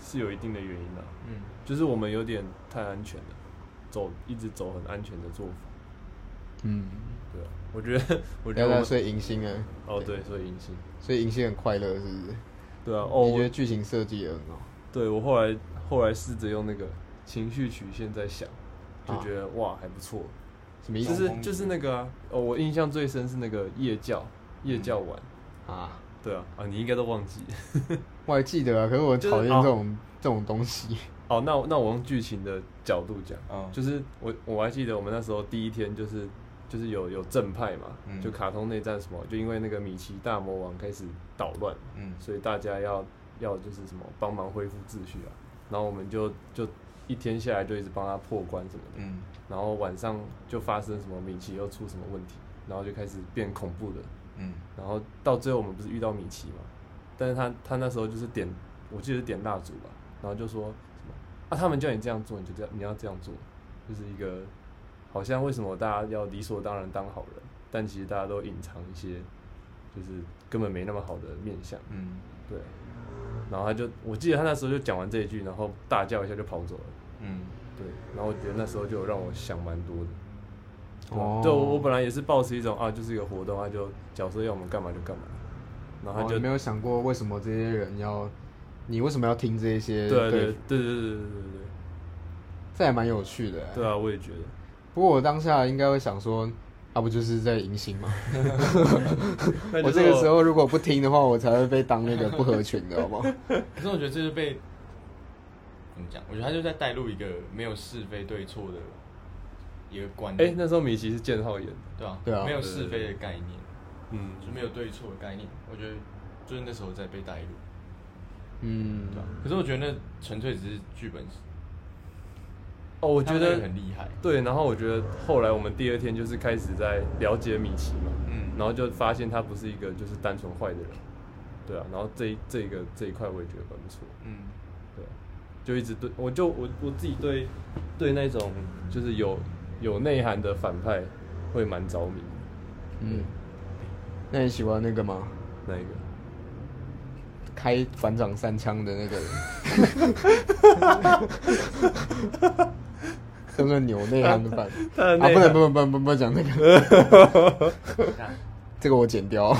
Speaker 2: 是有一定的原因的、
Speaker 3: 嗯，
Speaker 2: 就是我们有点太安全了，走一直走很安全的做法。
Speaker 1: 嗯，
Speaker 2: 对啊，我觉得 [laughs] 我觉
Speaker 1: 聊
Speaker 2: 得
Speaker 1: 到
Speaker 2: 我们
Speaker 1: 所以迎新啊，
Speaker 2: 哦对，所以迎新。
Speaker 1: 所以迎新很快乐是不是？
Speaker 2: 对啊，哦，
Speaker 1: 你觉得
Speaker 2: 我
Speaker 1: 剧情设计得很好？
Speaker 2: 对我后来后来试着用那个情绪曲线在想，就
Speaker 1: 啊
Speaker 2: 觉得、哇还不错，
Speaker 1: 哦什么意
Speaker 2: 就
Speaker 1: 思
Speaker 2: 是就是那个啊，哦，我印象最深是那个夜教夜
Speaker 1: 嗯
Speaker 2: 教晚，
Speaker 1: 啊？
Speaker 2: 对啊，啊你应该都忘记。 [laughs]
Speaker 1: 我还记得啊，可是我很
Speaker 2: 就是
Speaker 1: 讨厌
Speaker 2: 哦
Speaker 1: 这种、这种东西。
Speaker 2: 哦，那我那我用剧情的角度讲，
Speaker 4: 嗯
Speaker 2: 就是我我还记得我们那时候第一天就是就是有有正派嘛，
Speaker 4: 嗯
Speaker 2: 就卡通内战什么，就因为那个米奇大魔王开始捣乱，
Speaker 4: 嗯
Speaker 2: 所以大家要要就是什么帮忙恢复秩序啊，然后我们就就一天下来就一直帮他破关什么的，
Speaker 4: 嗯
Speaker 2: 然后晚上就发生什么米奇又出什么问题，然后就开始变恐怖的，
Speaker 4: 嗯
Speaker 2: 然后到最后我们不是遇到米奇嘛，但是他他那时候就是点，我记得是点蜡烛吧，然后就说什么啊，他们叫你这样做，你就这样，你要这样做，就是一个好像为什么大家要理所当然当好人，但其实大家都隐藏一些就是根本没那么好的面相，
Speaker 4: 嗯
Speaker 2: 对。然后他就，我记得他那时候就讲完这一句，然后大叫一下就跑走了，
Speaker 4: 嗯
Speaker 2: 对。然后我觉得那时候就有让我想蛮多的，对
Speaker 1: 哦
Speaker 2: 啊，对我我本来也是抱持一种啊，就是一个活动，他就角色要我们干嘛就干嘛，然后
Speaker 1: 哦
Speaker 2: 他就、
Speaker 1: 你没有想过为什么这些人要，你为什么要听这些？
Speaker 2: 对啊对对
Speaker 1: 对
Speaker 2: 对对对对对
Speaker 1: 这还蛮有趣的欸。
Speaker 2: 对啊，我也觉得，
Speaker 1: 不过我当下应该会想说，啊不就是在迎新
Speaker 2: [laughs]
Speaker 1: 吗？
Speaker 2: 那
Speaker 1: 我
Speaker 2: 就是
Speaker 1: 这个时候如果不听的话，我才会被当那个不合群的，好不好？
Speaker 3: 可是我觉得这是被
Speaker 4: 怎么讲？我觉得他就在带入一个没有是非对错的一个观
Speaker 2: 哎、
Speaker 4: 念，
Speaker 2: 那时候米奇是建浩演的，
Speaker 4: 对啊，
Speaker 1: 对啊
Speaker 4: 没有是非的概念，
Speaker 2: 嗯，
Speaker 4: 就没有对错的概念。我觉得就是那时候在被带入，
Speaker 1: 嗯
Speaker 4: 对，吧？可是我觉得那纯粹只是剧本，
Speaker 2: 哦，我觉
Speaker 4: 他们那
Speaker 2: 得
Speaker 4: 个很厉害。
Speaker 2: 对，然后我觉得后来我们第二天就是开始在了解米奇嘛，
Speaker 4: 嗯
Speaker 2: 然后就发现他不是一个就是单纯坏的人，对啊，然后这一这个这一块我也觉得蛮不错，
Speaker 4: 嗯
Speaker 2: 对啊，就一直对我就我我自己对对那种就是有有内涵的反派会蛮着迷的
Speaker 1: 嗯。那你喜欢那个吗？
Speaker 2: 那一个。
Speaker 1: 开反掌三枪的那个人， [laughs] 叫做扭内涵
Speaker 2: [laughs]
Speaker 1: 的版。
Speaker 2: 他的
Speaker 1: 啊，
Speaker 2: 内
Speaker 1: 不能
Speaker 2: 涵
Speaker 1: 不能不能不能不能讲那
Speaker 2: [laughs]
Speaker 1: 个，这个我剪掉。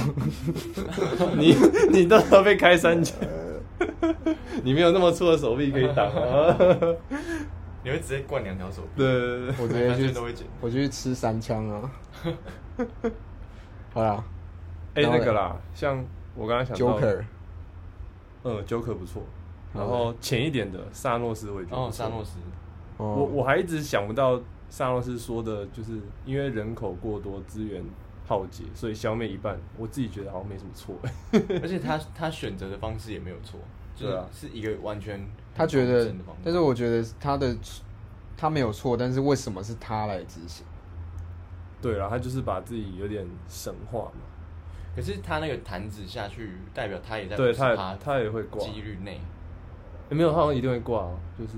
Speaker 2: 你你到时候被开三枪， [laughs] 你没有那么粗的手臂可以挡啊。
Speaker 3: 你会直接灌两条手臂，
Speaker 2: 对对对对，
Speaker 1: 我直接
Speaker 3: [laughs] 反正
Speaker 1: 去
Speaker 3: 都会剪。
Speaker 1: 我就去吃三枪
Speaker 2: [laughs]
Speaker 1: 啊！好啦
Speaker 2: 哎、
Speaker 1: 然后
Speaker 2: 那个啦，像我刚刚想到
Speaker 1: ，Joker，
Speaker 2: 嗯，Joker 不错。
Speaker 1: 好
Speaker 2: 然后浅一点的萨诺斯，我也觉得
Speaker 3: 哦，
Speaker 2: 不错
Speaker 3: 沙诺斯，
Speaker 1: 哦
Speaker 2: 我我还一直想不到萨诺斯说的，就是因为人口过多，资源耗竭，所以消灭一半，我自己觉得好像没什么错。 [laughs]
Speaker 3: 而且他他选择的方式也没有错，就
Speaker 2: 对
Speaker 3: 是
Speaker 2: 啊
Speaker 3: 是一个完全
Speaker 1: 他觉得
Speaker 3: 公正的方式，
Speaker 1: 但是我觉得他的他没有错，但是为什么是他来执行？
Speaker 2: 对啦，他就是把自己有点神化嘛，
Speaker 3: 可是他那个弹指下去，代表他也在
Speaker 2: 对啊他也
Speaker 3: 50%
Speaker 2: 他也会挂，
Speaker 3: 几率内，
Speaker 2: 欸没有，他好像一定会挂、哦，就是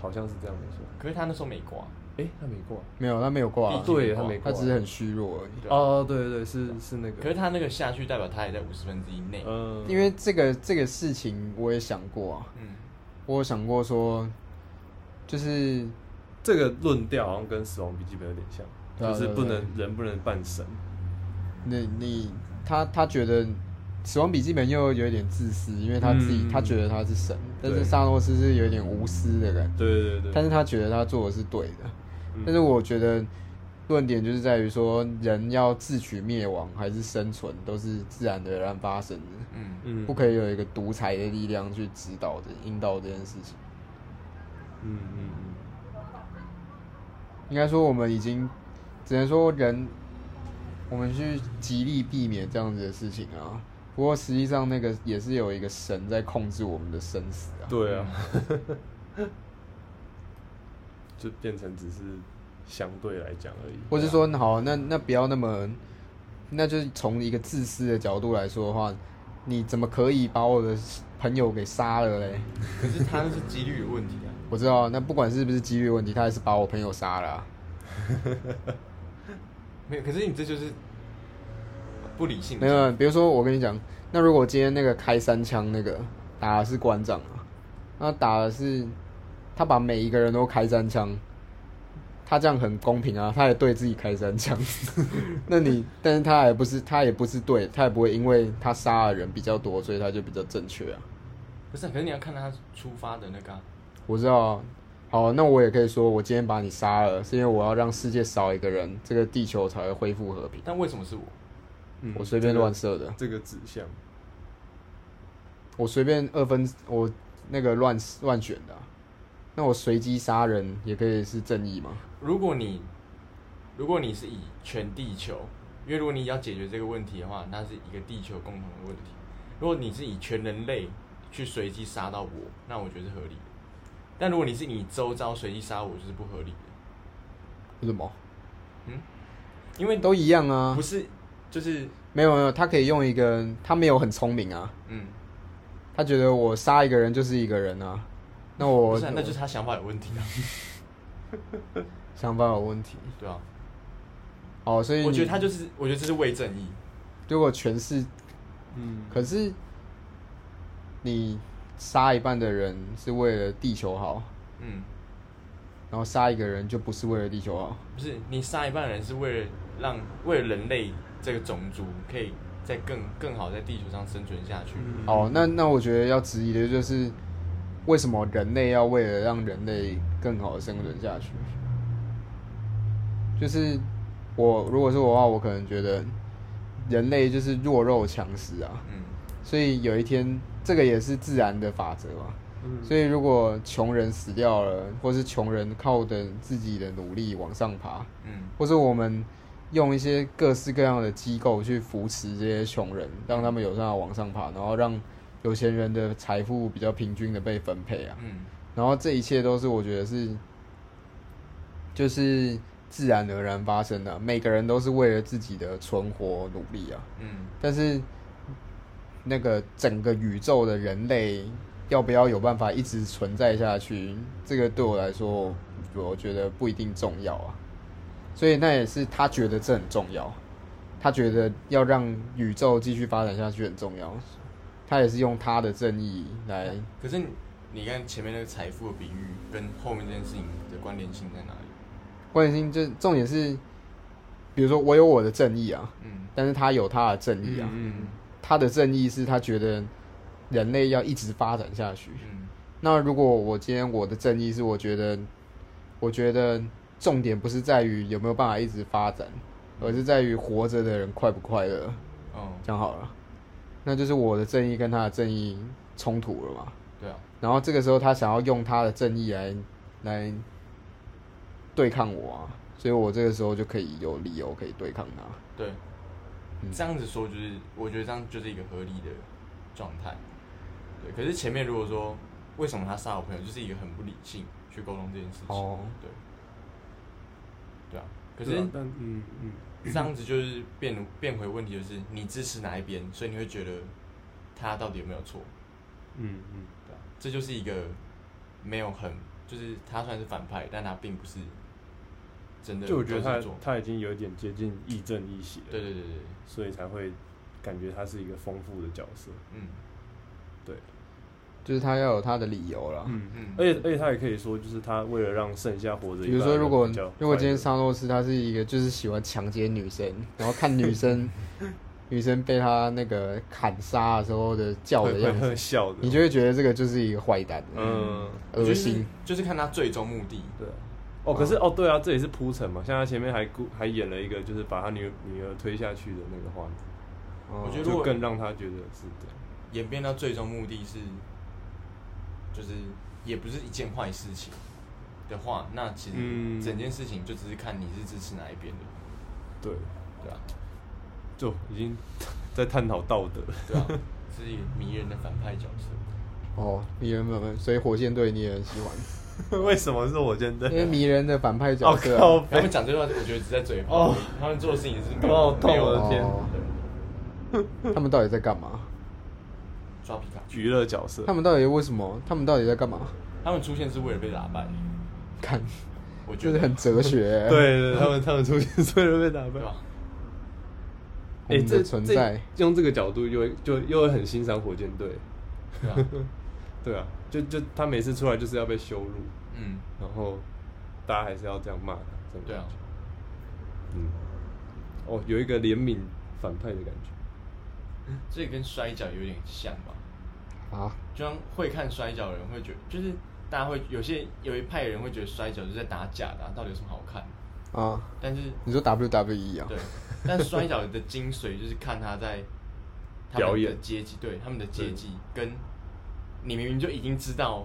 Speaker 2: 好像是这样没错。
Speaker 3: 可是他那时候没挂，
Speaker 2: 哎、他没挂，
Speaker 1: 没有，他没有挂啊，
Speaker 3: 地
Speaker 2: 对他没挂，
Speaker 1: 他只是很虚弱而已。
Speaker 3: 对啊
Speaker 2: 哦，对对对，是是那个，
Speaker 3: 可是他那个下去代表他也在五十分之一内，
Speaker 2: 嗯，
Speaker 1: 因为这个这个事情我也想过啊，
Speaker 3: 嗯，
Speaker 1: 我有想过说，就是
Speaker 2: 这个论调好像跟《死亡笔记本》有点像，
Speaker 1: 对啊
Speaker 2: 就是
Speaker 1: 对啊
Speaker 2: 不
Speaker 1: 对啊
Speaker 2: 能人不能扮神，
Speaker 1: 你你他他觉得《死亡笔记本》又有一点自私，因为他自己、
Speaker 2: 嗯
Speaker 1: 他觉得他是神，但是
Speaker 2: 对
Speaker 1: 萨诺斯是有一点无私的人，
Speaker 2: 对对对
Speaker 1: 但
Speaker 2: 对，
Speaker 1: 是他觉得他做的是对的。
Speaker 2: 嗯
Speaker 1: 但是我觉得论点就是在于说，人要自取灭亡还是生存，都是自然而然发生的，
Speaker 3: 嗯，
Speaker 2: 嗯
Speaker 1: 不可以有一个独裁的力量去指导的引导这件事情。
Speaker 2: 嗯嗯嗯，
Speaker 1: 应该说我们已经只能说人，我们去极力避免这样子的事情啊。不过实际上那个也是有一个神在控制我们的生死啊。
Speaker 2: 对啊，嗯 [laughs] 就变成只是相对来讲而已，
Speaker 1: 或是说，好，那那不要那么，那就是从一个自私的角度来说的话，你怎么可以把我的朋友给杀了嘞？
Speaker 3: 可是他那是几率的问题啊，
Speaker 1: 我知道，那不管是不是几率问题，他还是把我朋友杀了啊、
Speaker 3: 没有，可是你这就是不理性，
Speaker 1: 没有，啊比如说我跟你讲，那如果今天那个开三枪那个打的是馆长啊，那打的是他把每一个人都开三枪，他这样很公平啊，他也对自己开三枪。 [laughs] 那你，但是他也不是他也不是对，他也不会因为他杀的人比较多，所以他就比较正确啊。
Speaker 3: 不是啊，可是你要看他出发的那个啊，
Speaker 1: 我知道啊，好，那我也可以说，我今天把你杀了，是因为我要让世界少一个人，这个地球才会恢复和平。
Speaker 3: 但为什么是我？
Speaker 2: 嗯
Speaker 1: 我随便乱射的。
Speaker 2: 这个这个指向，
Speaker 1: 我随便二分，我那个乱乱选的啊、那我随机杀人也可以是正义吗？
Speaker 3: 如果你如果你是以全地球，因为如果你要解决这个问题的话，那是一个地球共同的问题。如果你是以全人类去随机杀到我，那我觉得是合理的。但如果你是你周遭随机杀我，就是不合理的，嗯
Speaker 1: 为什么？
Speaker 3: 因为
Speaker 1: 都一样啊
Speaker 3: 不。是就是
Speaker 1: 没有没有，他可以用一个，他没有很聪明啊，
Speaker 3: 嗯，
Speaker 1: 他觉得我杀一个人就是一个人啊。那我
Speaker 3: 不是啊、那就是他想法有问题
Speaker 1: [laughs]
Speaker 3: 啊，
Speaker 1: 想法有问题。
Speaker 3: 对啊。
Speaker 1: 好，所以
Speaker 3: 我觉得
Speaker 1: 你
Speaker 3: 他就是，我觉得这是为正义，
Speaker 1: 如果全是，
Speaker 2: 嗯，
Speaker 1: 可是你杀一半的人是为了地球好，
Speaker 3: 嗯，
Speaker 1: 然后杀一个人就不是为了地球好。
Speaker 3: 不是你杀一半人是为了让为了人类这个种族可以在更更好在地球上生存下去，
Speaker 1: 哦，那那我觉得要质疑的就是，为什么人类要为了让人类更好的生存下去？就是我如果是我的话，我可能觉得人类就是弱肉强食啊，
Speaker 3: 嗯
Speaker 1: 所以有一天这个也是自然的法则嘛。
Speaker 2: 嗯
Speaker 1: 所以如果穷人死掉了，或是穷人靠着自己的努力往上爬，
Speaker 3: 嗯。
Speaker 1: 或是我们用一些各式各样的机构去扶持这些穷人，让他们有办法往上爬，然后让有钱人的财富比较平均的被分配啊。
Speaker 3: 嗯
Speaker 1: 然后这一切都是我觉得是，就是自然而然发生的啊、每个人都是为了自己的存活努力啊。
Speaker 3: 嗯
Speaker 1: 但是那个整个宇宙的人类要不要有办法一直存在下去，这个对我来说，我觉得不一定重要啊。所以那也是他觉得这很重要，他觉得要让宇宙继续发展下去很重要，他也是用他的正义来。
Speaker 3: 可是你你看前面那个财富的比喻跟后面这件事情的关联性在哪里？
Speaker 1: 关键性就重点是，比如说我有我的正义啊，
Speaker 3: 嗯
Speaker 1: 嗯但是他有他的正义啊，
Speaker 2: 嗯
Speaker 1: 他的正义是他觉得人类要一直发展下去。
Speaker 3: 嗯
Speaker 1: 那如果我今天我的正义是，我觉得，我觉得重点不是在于有没有办法一直发展，而是在于活着的人快不快乐。
Speaker 3: 哦，
Speaker 1: 这样好了，那就是我的正义跟他的正义冲突了嘛。
Speaker 3: 对啊，
Speaker 1: 然后这个时候他想要用他的正义来来对抗我啊，所以我这个时候就可以有理由可以对抗他。
Speaker 3: 对，
Speaker 1: 嗯
Speaker 3: 这样子说就是，我觉得这样就是一个合理的状态。对，可是前面如果说为什么他杀我朋友，就是一个很不理性去沟通这件事情。
Speaker 1: 哦
Speaker 3: 对，对啊。可
Speaker 2: 对啊
Speaker 3: 是
Speaker 2: 但嗯嗯，
Speaker 3: 这样子就是变变回问题，就是你支持哪一边，所以你会觉得他到底有没有错？
Speaker 2: 嗯嗯，
Speaker 3: 对啊，这就是一个没有很，就是他算是反派，但他并不是真的
Speaker 2: 就我觉得
Speaker 3: 都是
Speaker 2: 他
Speaker 3: 做
Speaker 2: 他已经有点接近亦正亦邪了，
Speaker 3: 对对对对，对
Speaker 2: 所以才会感觉他是一个丰富的角色。
Speaker 3: 嗯
Speaker 2: 对，
Speaker 1: 就是他要有他的理由啦。
Speaker 2: 嗯
Speaker 3: 嗯，
Speaker 2: 而且而且他也可以说，就是他为了让剩下活着，
Speaker 1: 比如说，如果如果今天
Speaker 2: 上，
Speaker 1: 沙洛斯他是一个就是喜欢强奸女生，然后看女生
Speaker 2: [laughs]
Speaker 1: 女生被他那个砍杀的时候的叫
Speaker 2: 会
Speaker 1: 的样
Speaker 2: 会
Speaker 1: 子，
Speaker 2: 会笑的，
Speaker 1: 你就会觉得这个就是一个坏蛋，
Speaker 2: 嗯，
Speaker 1: 恶
Speaker 3: 就是
Speaker 1: 心。
Speaker 3: 就是看他最终目的。
Speaker 2: 对啊。哦，可是哦，对啊，这也是铺陈嘛。像他前面还故还演了一个，就是把他女女儿推下去的那个画面，
Speaker 1: 哦
Speaker 3: 我觉得如
Speaker 2: 就
Speaker 3: 果
Speaker 2: 更让他觉得是对。
Speaker 3: 演变到最终目的是，就是也不是一件坏事情的话，那其
Speaker 2: 嗯
Speaker 3: 实整件事情就只是看你是支持哪一边的，
Speaker 2: 对，
Speaker 3: 对啊，
Speaker 2: 就已经在探讨道德。
Speaker 3: [laughs] 对啊，是一个迷人的反派角色。
Speaker 1: 哦，迷人本本，所以火箭队你也很喜欢， [laughs]
Speaker 2: 为什么是我真的
Speaker 1: 因？为迷人的反派角
Speaker 2: 哦
Speaker 1: 色啊、
Speaker 2: 靠
Speaker 3: 他们讲这句话，我觉得只在嘴炮
Speaker 2: 哦，
Speaker 3: 他们做的事情是没
Speaker 2: 哦
Speaker 3: 有
Speaker 2: 痛
Speaker 3: 没有
Speaker 2: 我的天
Speaker 1: 哦
Speaker 3: 对
Speaker 1: 他们到底在干嘛？
Speaker 3: 抓皮卡丘，
Speaker 2: 娱乐角色
Speaker 1: 他，们到底为什么？他们到底在干嘛？ [laughs]
Speaker 3: 他们出现是为了被打败，
Speaker 1: 看，
Speaker 3: 我觉
Speaker 1: 就
Speaker 3: 得
Speaker 1: 是很哲学、欸。
Speaker 2: [laughs] 对对，对他们他们出现所有人被打败
Speaker 3: 对。啊
Speaker 1: [laughs]
Speaker 3: 吧？
Speaker 1: 我
Speaker 2: 哎，
Speaker 1: 们的
Speaker 2: 这
Speaker 1: 存
Speaker 2: 这
Speaker 1: 在，
Speaker 2: 用这个角度又会就又会很欣赏火箭队，
Speaker 3: 对啊，
Speaker 2: 对啊，就就他每次出来就是要被羞辱，
Speaker 3: 嗯，
Speaker 2: 然后大家还是要这样骂他，这种
Speaker 3: 对啊
Speaker 2: 感觉，嗯，哦，有一个怜悯反派的感觉，
Speaker 3: 这跟摔跤有点像吧？
Speaker 1: 啊，
Speaker 3: 就像会看摔跤的人会觉得，就是大家会有些有一派人会觉得摔跤就是在打假的啊、到底有什么好看？
Speaker 1: 啊，
Speaker 3: 但是
Speaker 1: 你说 WWE 啊？
Speaker 3: 对，但摔跤的精髓就是看他在他们
Speaker 2: 表
Speaker 3: 的
Speaker 2: 演
Speaker 3: 阶级，对他们的阶
Speaker 2: 对
Speaker 3: 级跟你明明就已经知道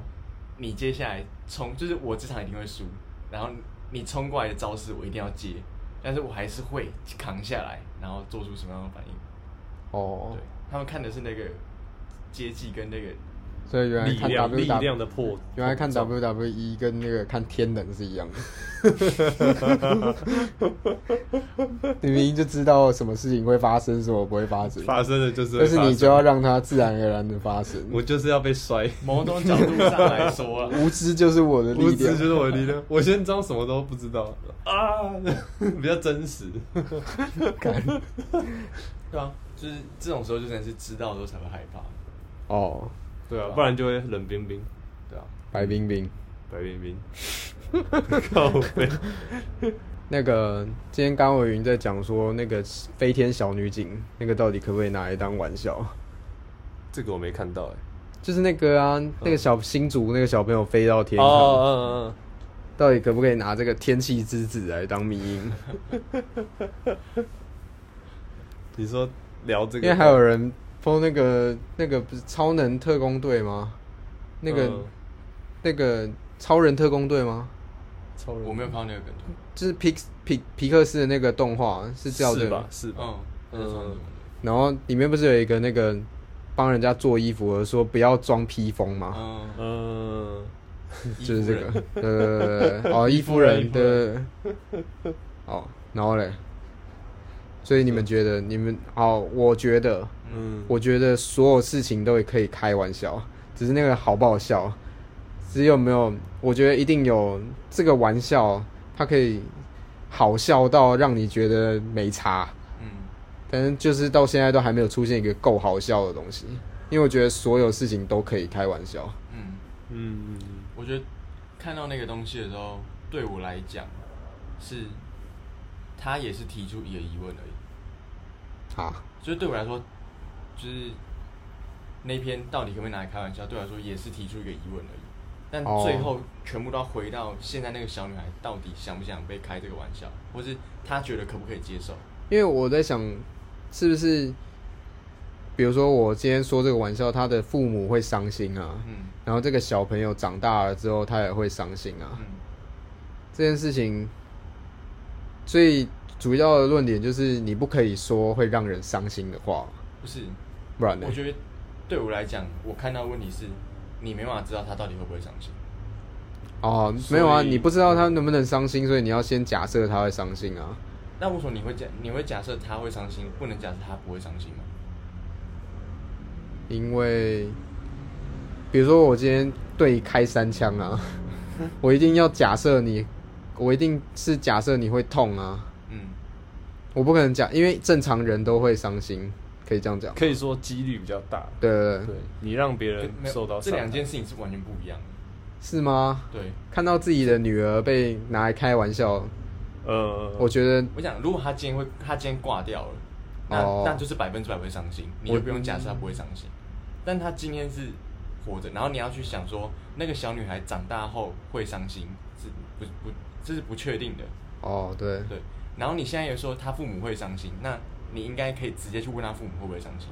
Speaker 3: 你接下来冲，就是我这场一定会输，然后你冲过来的招式我一定要接，但是我还是会扛下来，然后做出什么样的反应？
Speaker 1: 哦
Speaker 3: 对，他们看的是那个阶级跟那个
Speaker 1: 所以原来
Speaker 2: 力
Speaker 1: 看 E
Speaker 2: 量力量
Speaker 1: WWE，
Speaker 2: 的破，
Speaker 1: 原来看
Speaker 2: 破绽
Speaker 1: WWE 跟那个看天能是一样
Speaker 2: [laughs]
Speaker 1: 的。你明明就知道什么事情会发生，什么不会发生，
Speaker 2: 发生的就是
Speaker 1: 但
Speaker 2: 会
Speaker 1: 是
Speaker 2: 发
Speaker 1: 你
Speaker 2: 生
Speaker 1: 就要让它自然而然的发生。
Speaker 2: 我就是要被摔，
Speaker 3: 某种角度上来说啊，
Speaker 1: 无知就是我的
Speaker 2: 无
Speaker 1: 力
Speaker 2: 知
Speaker 1: 量
Speaker 2: 就。是我的力量，我先装什么都不知道啊， [laughs] 比较真实，
Speaker 3: 对啊，就是这种时候就真的是知道的时候才会害怕，
Speaker 1: 哦，
Speaker 2: 对啊，不然就会冷冰冰，
Speaker 3: 对啊，
Speaker 1: 白冰冰。
Speaker 2: 白冰冰， [laughs] 靠背，
Speaker 1: 那个今天刚伟云在讲说那个飞天小女警，那个到底可不可以拿来当玩笑？
Speaker 2: 这个我没看到哎。
Speaker 1: 就是那个啊，那个小新竹那个小朋友飞到天上，
Speaker 2: 嗯哦，嗯嗯
Speaker 1: 到底可不可以拿这个天气之子来当迷因？
Speaker 2: 嗯，你说聊这
Speaker 1: 因
Speaker 2: 个，
Speaker 1: 为还有人 p 那个那个不是超能特工队吗？那个、
Speaker 2: 嗯
Speaker 1: 那个超人特工队吗？
Speaker 2: 超人，
Speaker 3: 我没有看到那个梗图，
Speaker 1: 就是皮皮皮克斯的那个动画是叫这
Speaker 2: 是
Speaker 1: 个
Speaker 2: 吧？是吧？
Speaker 3: 嗯，那是什么
Speaker 1: 然后里面不是有一个那个帮人家做衣服的说不要装披风
Speaker 2: 啊
Speaker 1: 吗？
Speaker 3: 嗯，
Speaker 2: 嗯，
Speaker 1: 啊就是这
Speaker 3: 衣服人，
Speaker 1: 个，呃，哦，伊夫人的，哦，然后嘞，所以你们觉得，你们，哦，我觉得，
Speaker 2: 嗯，
Speaker 1: 我觉得所有事情都也可以开玩笑，只是那个好不好笑，只有没有，我觉得一定有这个玩笑，它可以好笑到让你觉得没差，
Speaker 3: 嗯，
Speaker 1: 但是就是到现在都还没有出现一个够好笑的东西，因为我觉得所有事情都可以开玩笑，
Speaker 3: 嗯，
Speaker 2: 嗯，嗯
Speaker 3: 我觉得看到那个东西的时候，对我来讲是，他也是提出一个疑问而已。
Speaker 1: 啊，
Speaker 3: 就是对我来说，就是那篇到底可不可以拿来开玩笑，对我来说也是提出一个疑问而已。但
Speaker 1: 哦
Speaker 3: 最后全部都要回到现在那个小女孩到底想不想被开这个玩笑，或是她觉得可不可以接受？
Speaker 1: 因为我在想，是不是，比如说我今天说这个玩笑，他的父母会伤心啊，
Speaker 3: 嗯
Speaker 1: 然后这个小朋友长大了之后，他也会伤心啊。
Speaker 3: 嗯
Speaker 1: 这件事情最主要的论点就是，你不可以说会让人伤心的话，
Speaker 3: 不是，
Speaker 2: 啊
Speaker 1: 不然呢
Speaker 3: 我？觉得对我来讲，我看到的问题是，你没办法知道她到底会不会伤心。
Speaker 1: 哦，
Speaker 3: 所
Speaker 1: 没
Speaker 3: 以
Speaker 1: 有啊，你不知道他能不能伤心，所以你要先假设他会伤心啊。
Speaker 3: 那为什么你会假你会假设她会伤心，不能假设她不会伤心吗？
Speaker 1: 因为，比如说我今天对你开三枪
Speaker 3: [laughs]
Speaker 1: 啊，我一定要假设你，我一定是假设你会痛啊，
Speaker 3: 嗯，
Speaker 1: 我不可能假，因为正常人都会伤心，可以这样讲。
Speaker 2: 可以说几率比较大。
Speaker 1: 对对对
Speaker 2: 对你让别人
Speaker 3: 跟没有
Speaker 2: 受到
Speaker 3: 这
Speaker 2: 伤
Speaker 3: 两
Speaker 2: 害
Speaker 3: 件事情是完全不一样的。
Speaker 1: 是吗？
Speaker 3: 对，
Speaker 1: 看到自己的女儿被拿来开玩笑，
Speaker 2: 呃，
Speaker 3: 嗯
Speaker 1: 我觉得
Speaker 3: 我想，如果她今天会，她今天挂掉了，那、
Speaker 1: 哦
Speaker 3: 那就是百分之百会伤心，你
Speaker 1: 我
Speaker 3: 就不用假设她不会伤心。但她今天是活着，然后你要去想说，那个小女孩长大后会伤心，是不不这是不确定的。
Speaker 1: 哦，对，
Speaker 3: 对，然后你现在也说她父母会伤心，那你应该可以直接去问她父母会不会伤心。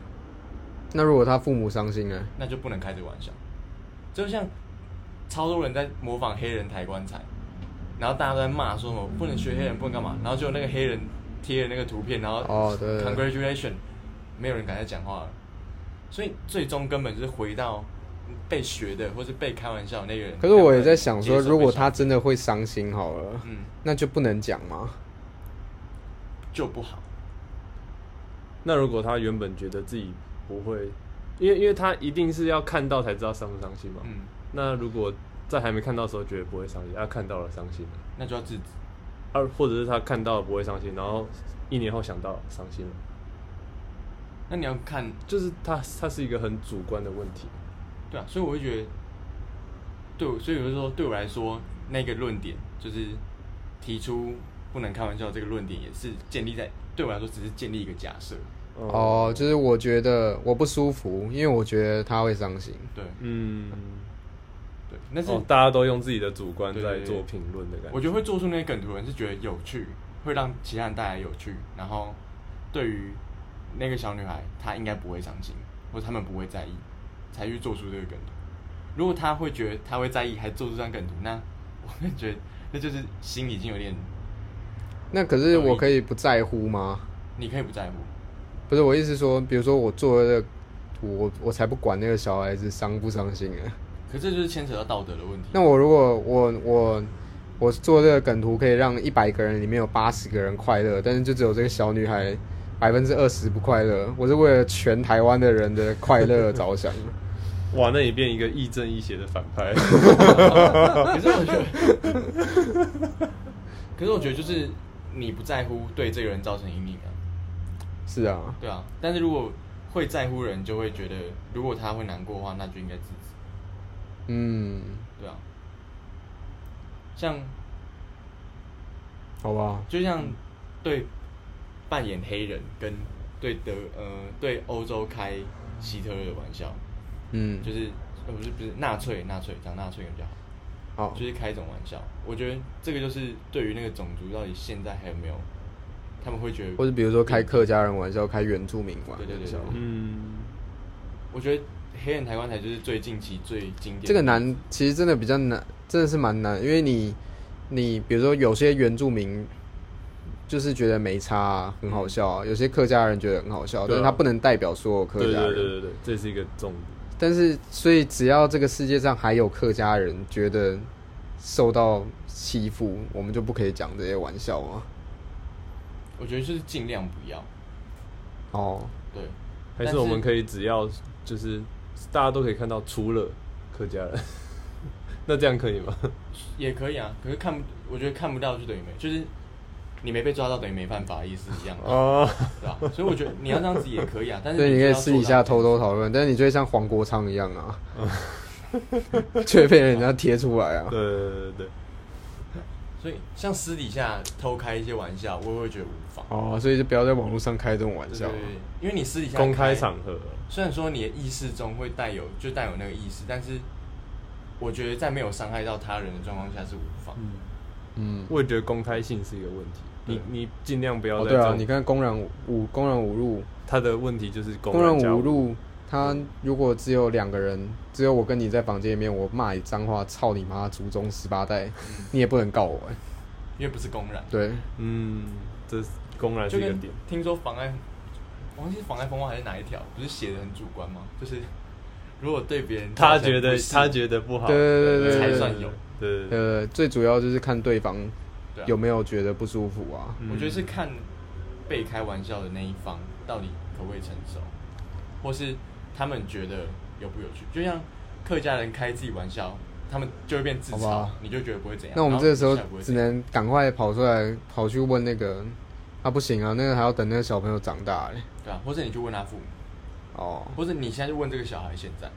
Speaker 1: 那如果他父母伤心呢？
Speaker 3: 那就不能开这个玩笑。就像超多人在模仿黑人抬棺材，然后大家都在骂说什么不能学黑人，不能干嘛，然后就那个黑人贴了那个图片，然后
Speaker 1: 哦对
Speaker 3: congratulation，没有人敢再讲话了。所以最终根本就是回到被学的或是被开玩笑的那个人。
Speaker 1: 可是我也在想说，
Speaker 3: 能不能接受
Speaker 1: 如果他真的会伤心好了，
Speaker 3: 嗯
Speaker 1: 那就不能讲吗？
Speaker 3: 就不好，
Speaker 2: 那如果他原本觉得自己不会，因为因为他一定是要看到才知道伤不伤心嘛。
Speaker 3: 嗯，
Speaker 2: 那如果在还没看到的时候觉得不会伤心，他、看到了伤心了，
Speaker 3: 那就要制止。
Speaker 2: 二、或者是他看到了不会伤心，然后一年后想到伤心了，
Speaker 3: 那你要看
Speaker 2: 就是他他是一个很主观的问题。
Speaker 3: 对啊，所以我会觉得，对我，所以我就说，对我来说，那个论点就是提出不能开玩笑这个论点，也是建立在对我来说只是建立一个假设。
Speaker 2: 嗯
Speaker 1: 哦，就是我觉得我不舒服，因为我觉得他会伤心。
Speaker 3: 对
Speaker 2: 嗯，
Speaker 3: 对，但是、
Speaker 2: 哦，大家都用自己的主观
Speaker 3: 对
Speaker 2: 在
Speaker 3: 对对
Speaker 2: 做评论的感觉。
Speaker 3: 我觉得会做出那些梗图的人是觉得有趣，会让其他人带来有趣，然后对于那个小女孩，她应该不会伤心，或者他们不会在意，才去做出这个梗图。如果她会觉得她会在意，还做出这张梗图，那 [laughs] 我会觉得那就是心已经有点，
Speaker 1: 那可是我可以不在乎吗？
Speaker 3: 你可以不在乎。
Speaker 1: 不是我意思是说，比如说我做了这个图，我我才不管那个小孩子伤不伤心啊。
Speaker 3: 可这就是牵扯到道德的问题。
Speaker 1: 那我如果我我我做这个梗图可以让一百个人里面有八十个人快乐，但是就只有这个小女孩百分之二十不快乐，我是为了全台湾的人的快乐着想。
Speaker 2: 哇，那你变一个亦正亦邪的反
Speaker 3: [laughs]
Speaker 2: 派。
Speaker 3: 可是我觉得，可是我觉得就是你不在乎，对这个人造成阴影啊，
Speaker 1: 是啊，
Speaker 3: 对啊。但是如果会在乎的人，就会觉得如果他会难过的话，那就应该制止，
Speaker 1: 嗯，
Speaker 3: 对啊。像
Speaker 1: 好吧，
Speaker 3: 就像对扮演黑人跟对德呃对欧洲开希特勒的玩笑，
Speaker 1: 嗯，
Speaker 3: 就是呃不是不是纳粹纳粹讲纳粹比较好。
Speaker 1: 好，
Speaker 3: 就是开一种玩笑。我觉得这个就是对于那个种族到底现在还有没有，他们会觉得，
Speaker 1: 或者比如说开客家人玩笑，开原住民玩笑，
Speaker 3: 对对对对
Speaker 2: 嗯，
Speaker 3: 我觉得黑人抬棺材就是最近期最经典的。
Speaker 1: 这个难，其实真的比较难，真的是蛮难，因为你，你比如说有些原住民，就是觉得没差、啊，很好笑、啊；有些客家人觉得很好笑，
Speaker 2: 对
Speaker 1: 但
Speaker 2: 啊
Speaker 1: 是他不能代表所有客
Speaker 2: 对
Speaker 1: 家人。
Speaker 2: 对对对对，这是一个重点。
Speaker 1: 但是，所以只要这个世界上还有客家人觉得受到欺负，我们就不可以讲这些玩笑啊。
Speaker 3: 我觉得就是尽量不要。
Speaker 1: 哦，
Speaker 3: 对，
Speaker 2: 还
Speaker 3: 但
Speaker 2: 是
Speaker 3: 是
Speaker 2: 我们可以只要就是大家都可以看到，除了客家人， [laughs] 那这样可以吗？
Speaker 3: 也可以啊。可是看不，我觉得看不到就等于没，就是你没被抓到等于没犯法，意思一样的，
Speaker 2: [laughs]
Speaker 3: 啊
Speaker 2: 哦，
Speaker 3: 对吧？所以我觉得你要这样子也可以啊，但是
Speaker 1: 所以你可以
Speaker 3: 就要做
Speaker 1: 私
Speaker 3: 到
Speaker 1: 底下偷偷讨论，但是你就会像黄国昌一样啊， [laughs]
Speaker 2: [laughs]
Speaker 1: 却被人家贴出来啊。
Speaker 2: 对对对对对，
Speaker 4: 所以像私底下偷开一些玩笑，我也会觉得无妨。
Speaker 1: 哦，所以就不要在网络上开这种玩
Speaker 4: 对
Speaker 1: 笑啊
Speaker 4: 对。对，因为你私底下
Speaker 2: 公开，场合，啊
Speaker 4: 虽然说你的意识中会带有就带有那个意识，但是我觉得在没有伤害到他人的状况下是无妨。
Speaker 2: 嗯，
Speaker 1: 嗯，
Speaker 2: 我也觉得公开性是一个问题。你
Speaker 4: 对
Speaker 2: 你尽量不要
Speaker 1: 哦
Speaker 2: 在
Speaker 1: 对
Speaker 2: 这
Speaker 1: 啊，
Speaker 2: 种
Speaker 1: 你看公然五公然五路，
Speaker 2: 他的问题就是公
Speaker 1: 公然
Speaker 2: 加
Speaker 1: 五路，他如果只有两个人，只有我跟你在房间里面，我骂你脏话，操你妈祖宗十八
Speaker 3: [laughs]
Speaker 1: 代，你也不能告我。哎
Speaker 4: 因为不是公然，
Speaker 1: 对，
Speaker 2: 嗯，这是公然是
Speaker 4: 就
Speaker 2: 一个
Speaker 4: 跟
Speaker 2: 点，
Speaker 4: 听说妨碍，我忘记是妨碍风化还是哪一条，
Speaker 3: 不是写的很主观吗？就是如果对别人
Speaker 2: 他
Speaker 3: 造成
Speaker 2: 觉得
Speaker 3: 不适
Speaker 2: 他觉得不好，
Speaker 1: 对对对对
Speaker 3: 才算有，
Speaker 2: 对，对
Speaker 1: 呃，最主要就是看对方
Speaker 3: 对啊
Speaker 1: 有没有觉得不舒服啊。
Speaker 2: 嗯
Speaker 3: 我觉得是看被开玩笑的那一方到底可不可以承受，或是他们觉得有不有趣。就像客家人开自己玩笑，他们就会变自
Speaker 1: 好
Speaker 3: 嘲
Speaker 1: 吧，
Speaker 3: 你就觉得不会怎样。
Speaker 1: 那我们这个时候
Speaker 3: 然后
Speaker 1: 只
Speaker 3: 接下来
Speaker 1: 能赶快跑出来，跑去问那个啊，不行啊，那个还要等那个小朋友长大嘞。
Speaker 3: 不会怎样对啊，或者你去问他父母， [laughs]
Speaker 1: 哦，
Speaker 3: 或者你现在就问这个小孩现在，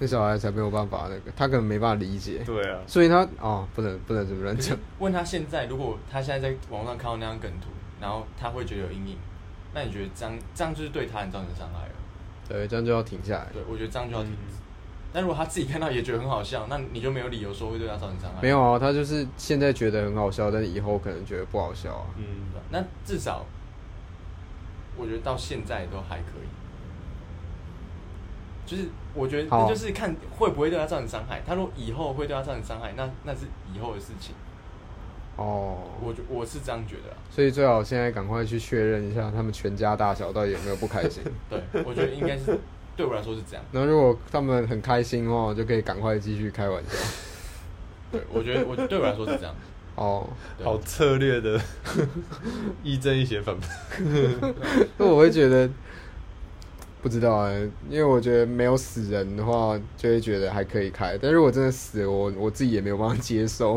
Speaker 1: 那小孩才没有办法那个，他可能没办法理解，
Speaker 2: 对啊，
Speaker 1: 所以他哦，不能不能这么乱
Speaker 3: 可 [laughs]
Speaker 1: 讲
Speaker 3: 是。问他现在，如果他现在在网上看到那张梗图，然后他会觉得有阴影，那你觉得这样这样就是对他人造成伤害了？
Speaker 1: 对，嗯这样就要停下来。
Speaker 3: 对，我觉得这样就要停止。但如果他自己看到也觉得很好笑，那你就没有理由说会对他造成伤害。
Speaker 1: 没有啊，他就是现在觉得很好笑，但是以后可能觉得不好笑啊。
Speaker 2: 嗯，
Speaker 3: 对吧那至少我觉得到现在都还可以。就是我觉得
Speaker 1: 好
Speaker 3: 那就是看会不会对他造成伤害。他如果以后会对他造成伤害，那那是以后的事情。
Speaker 1: 哦，
Speaker 3: 我觉我是这样觉得啊。
Speaker 1: 所以最好现在赶快去确认一下他们全家大小到底有没有不
Speaker 2: [laughs]
Speaker 1: 开心。
Speaker 3: 对，我觉得应该是对我来说是这样。
Speaker 1: 然后如果他们很开心的话，我就可以赶快继续开
Speaker 2: [laughs]
Speaker 1: 玩笑。
Speaker 3: 对，我觉得我对我来说是这样。
Speaker 1: 哦，
Speaker 2: 嗯
Speaker 3: 对
Speaker 2: 好策略的 [laughs] 亦正亦邪反叛，
Speaker 1: 那我会觉得不知道啊、因为我觉得没有死人的话，就会觉得还可以开。但如果真的死了，我我自己也没有办法接受，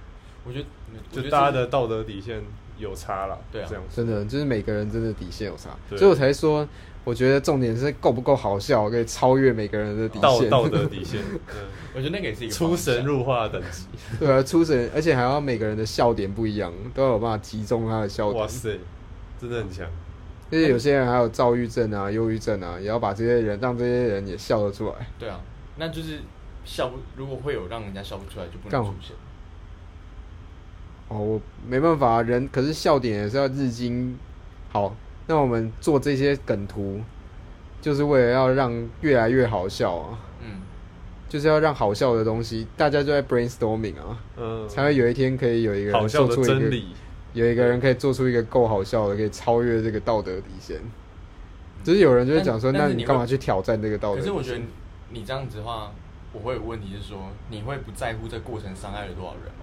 Speaker 1: [laughs]
Speaker 3: 我觉得我觉
Speaker 2: 就
Speaker 3: 得
Speaker 2: 大家
Speaker 3: 这
Speaker 2: 的道德底线有差了，
Speaker 3: 对啊
Speaker 2: 这样
Speaker 1: 真的就是每个人真的底线有差，
Speaker 2: 对
Speaker 1: 所以我才说，我觉得重点是够不够好笑，可以超越每个人的底
Speaker 2: 道
Speaker 1: 线。
Speaker 2: 道德底
Speaker 1: [laughs]
Speaker 2: 线，嗯
Speaker 3: 我觉得那个也是一个
Speaker 2: 出
Speaker 3: 方向
Speaker 2: 神入化的等级，
Speaker 1: 对啊，出神，而且还要每个人的笑点不一样，都要有办法集中他的笑点。
Speaker 2: 哇塞，真的很强，
Speaker 1: 而且有些人还有躁郁症啊、忧郁症啊，也要把这些人让这些人也笑得出来。
Speaker 3: 对啊，那就是笑不，如果会有让人家笑不出来，就不
Speaker 1: 干
Speaker 3: 能
Speaker 1: 嘛
Speaker 3: 出现。
Speaker 1: 哦，我没办法啊，人可是笑点也是要日精。好，那我们做这些梗图，就是为了要让越来越好笑啊，
Speaker 3: 嗯，
Speaker 1: 就是要让好笑的东西，大家就在 brainstorming 啊，
Speaker 2: 嗯，
Speaker 1: 才会有一天可以有一个
Speaker 2: 好
Speaker 1: 人
Speaker 2: 笑
Speaker 1: 做
Speaker 2: 的
Speaker 1: 出一
Speaker 2: 真
Speaker 1: 个，
Speaker 2: 理，
Speaker 1: 有一个人可以做出一个够好笑的，可以超越这个道德底线。就是有人就会讲说，
Speaker 3: 嗯
Speaker 1: 那
Speaker 3: 但但是
Speaker 1: 你
Speaker 3: 你
Speaker 1: 干
Speaker 3: 会
Speaker 1: 嘛去挑战这个道德
Speaker 3: 可
Speaker 1: 底
Speaker 3: 是
Speaker 1: 线？
Speaker 3: 我觉得你这样子的话，我会有问题是说，你会不在乎这过程伤害了多少人吗？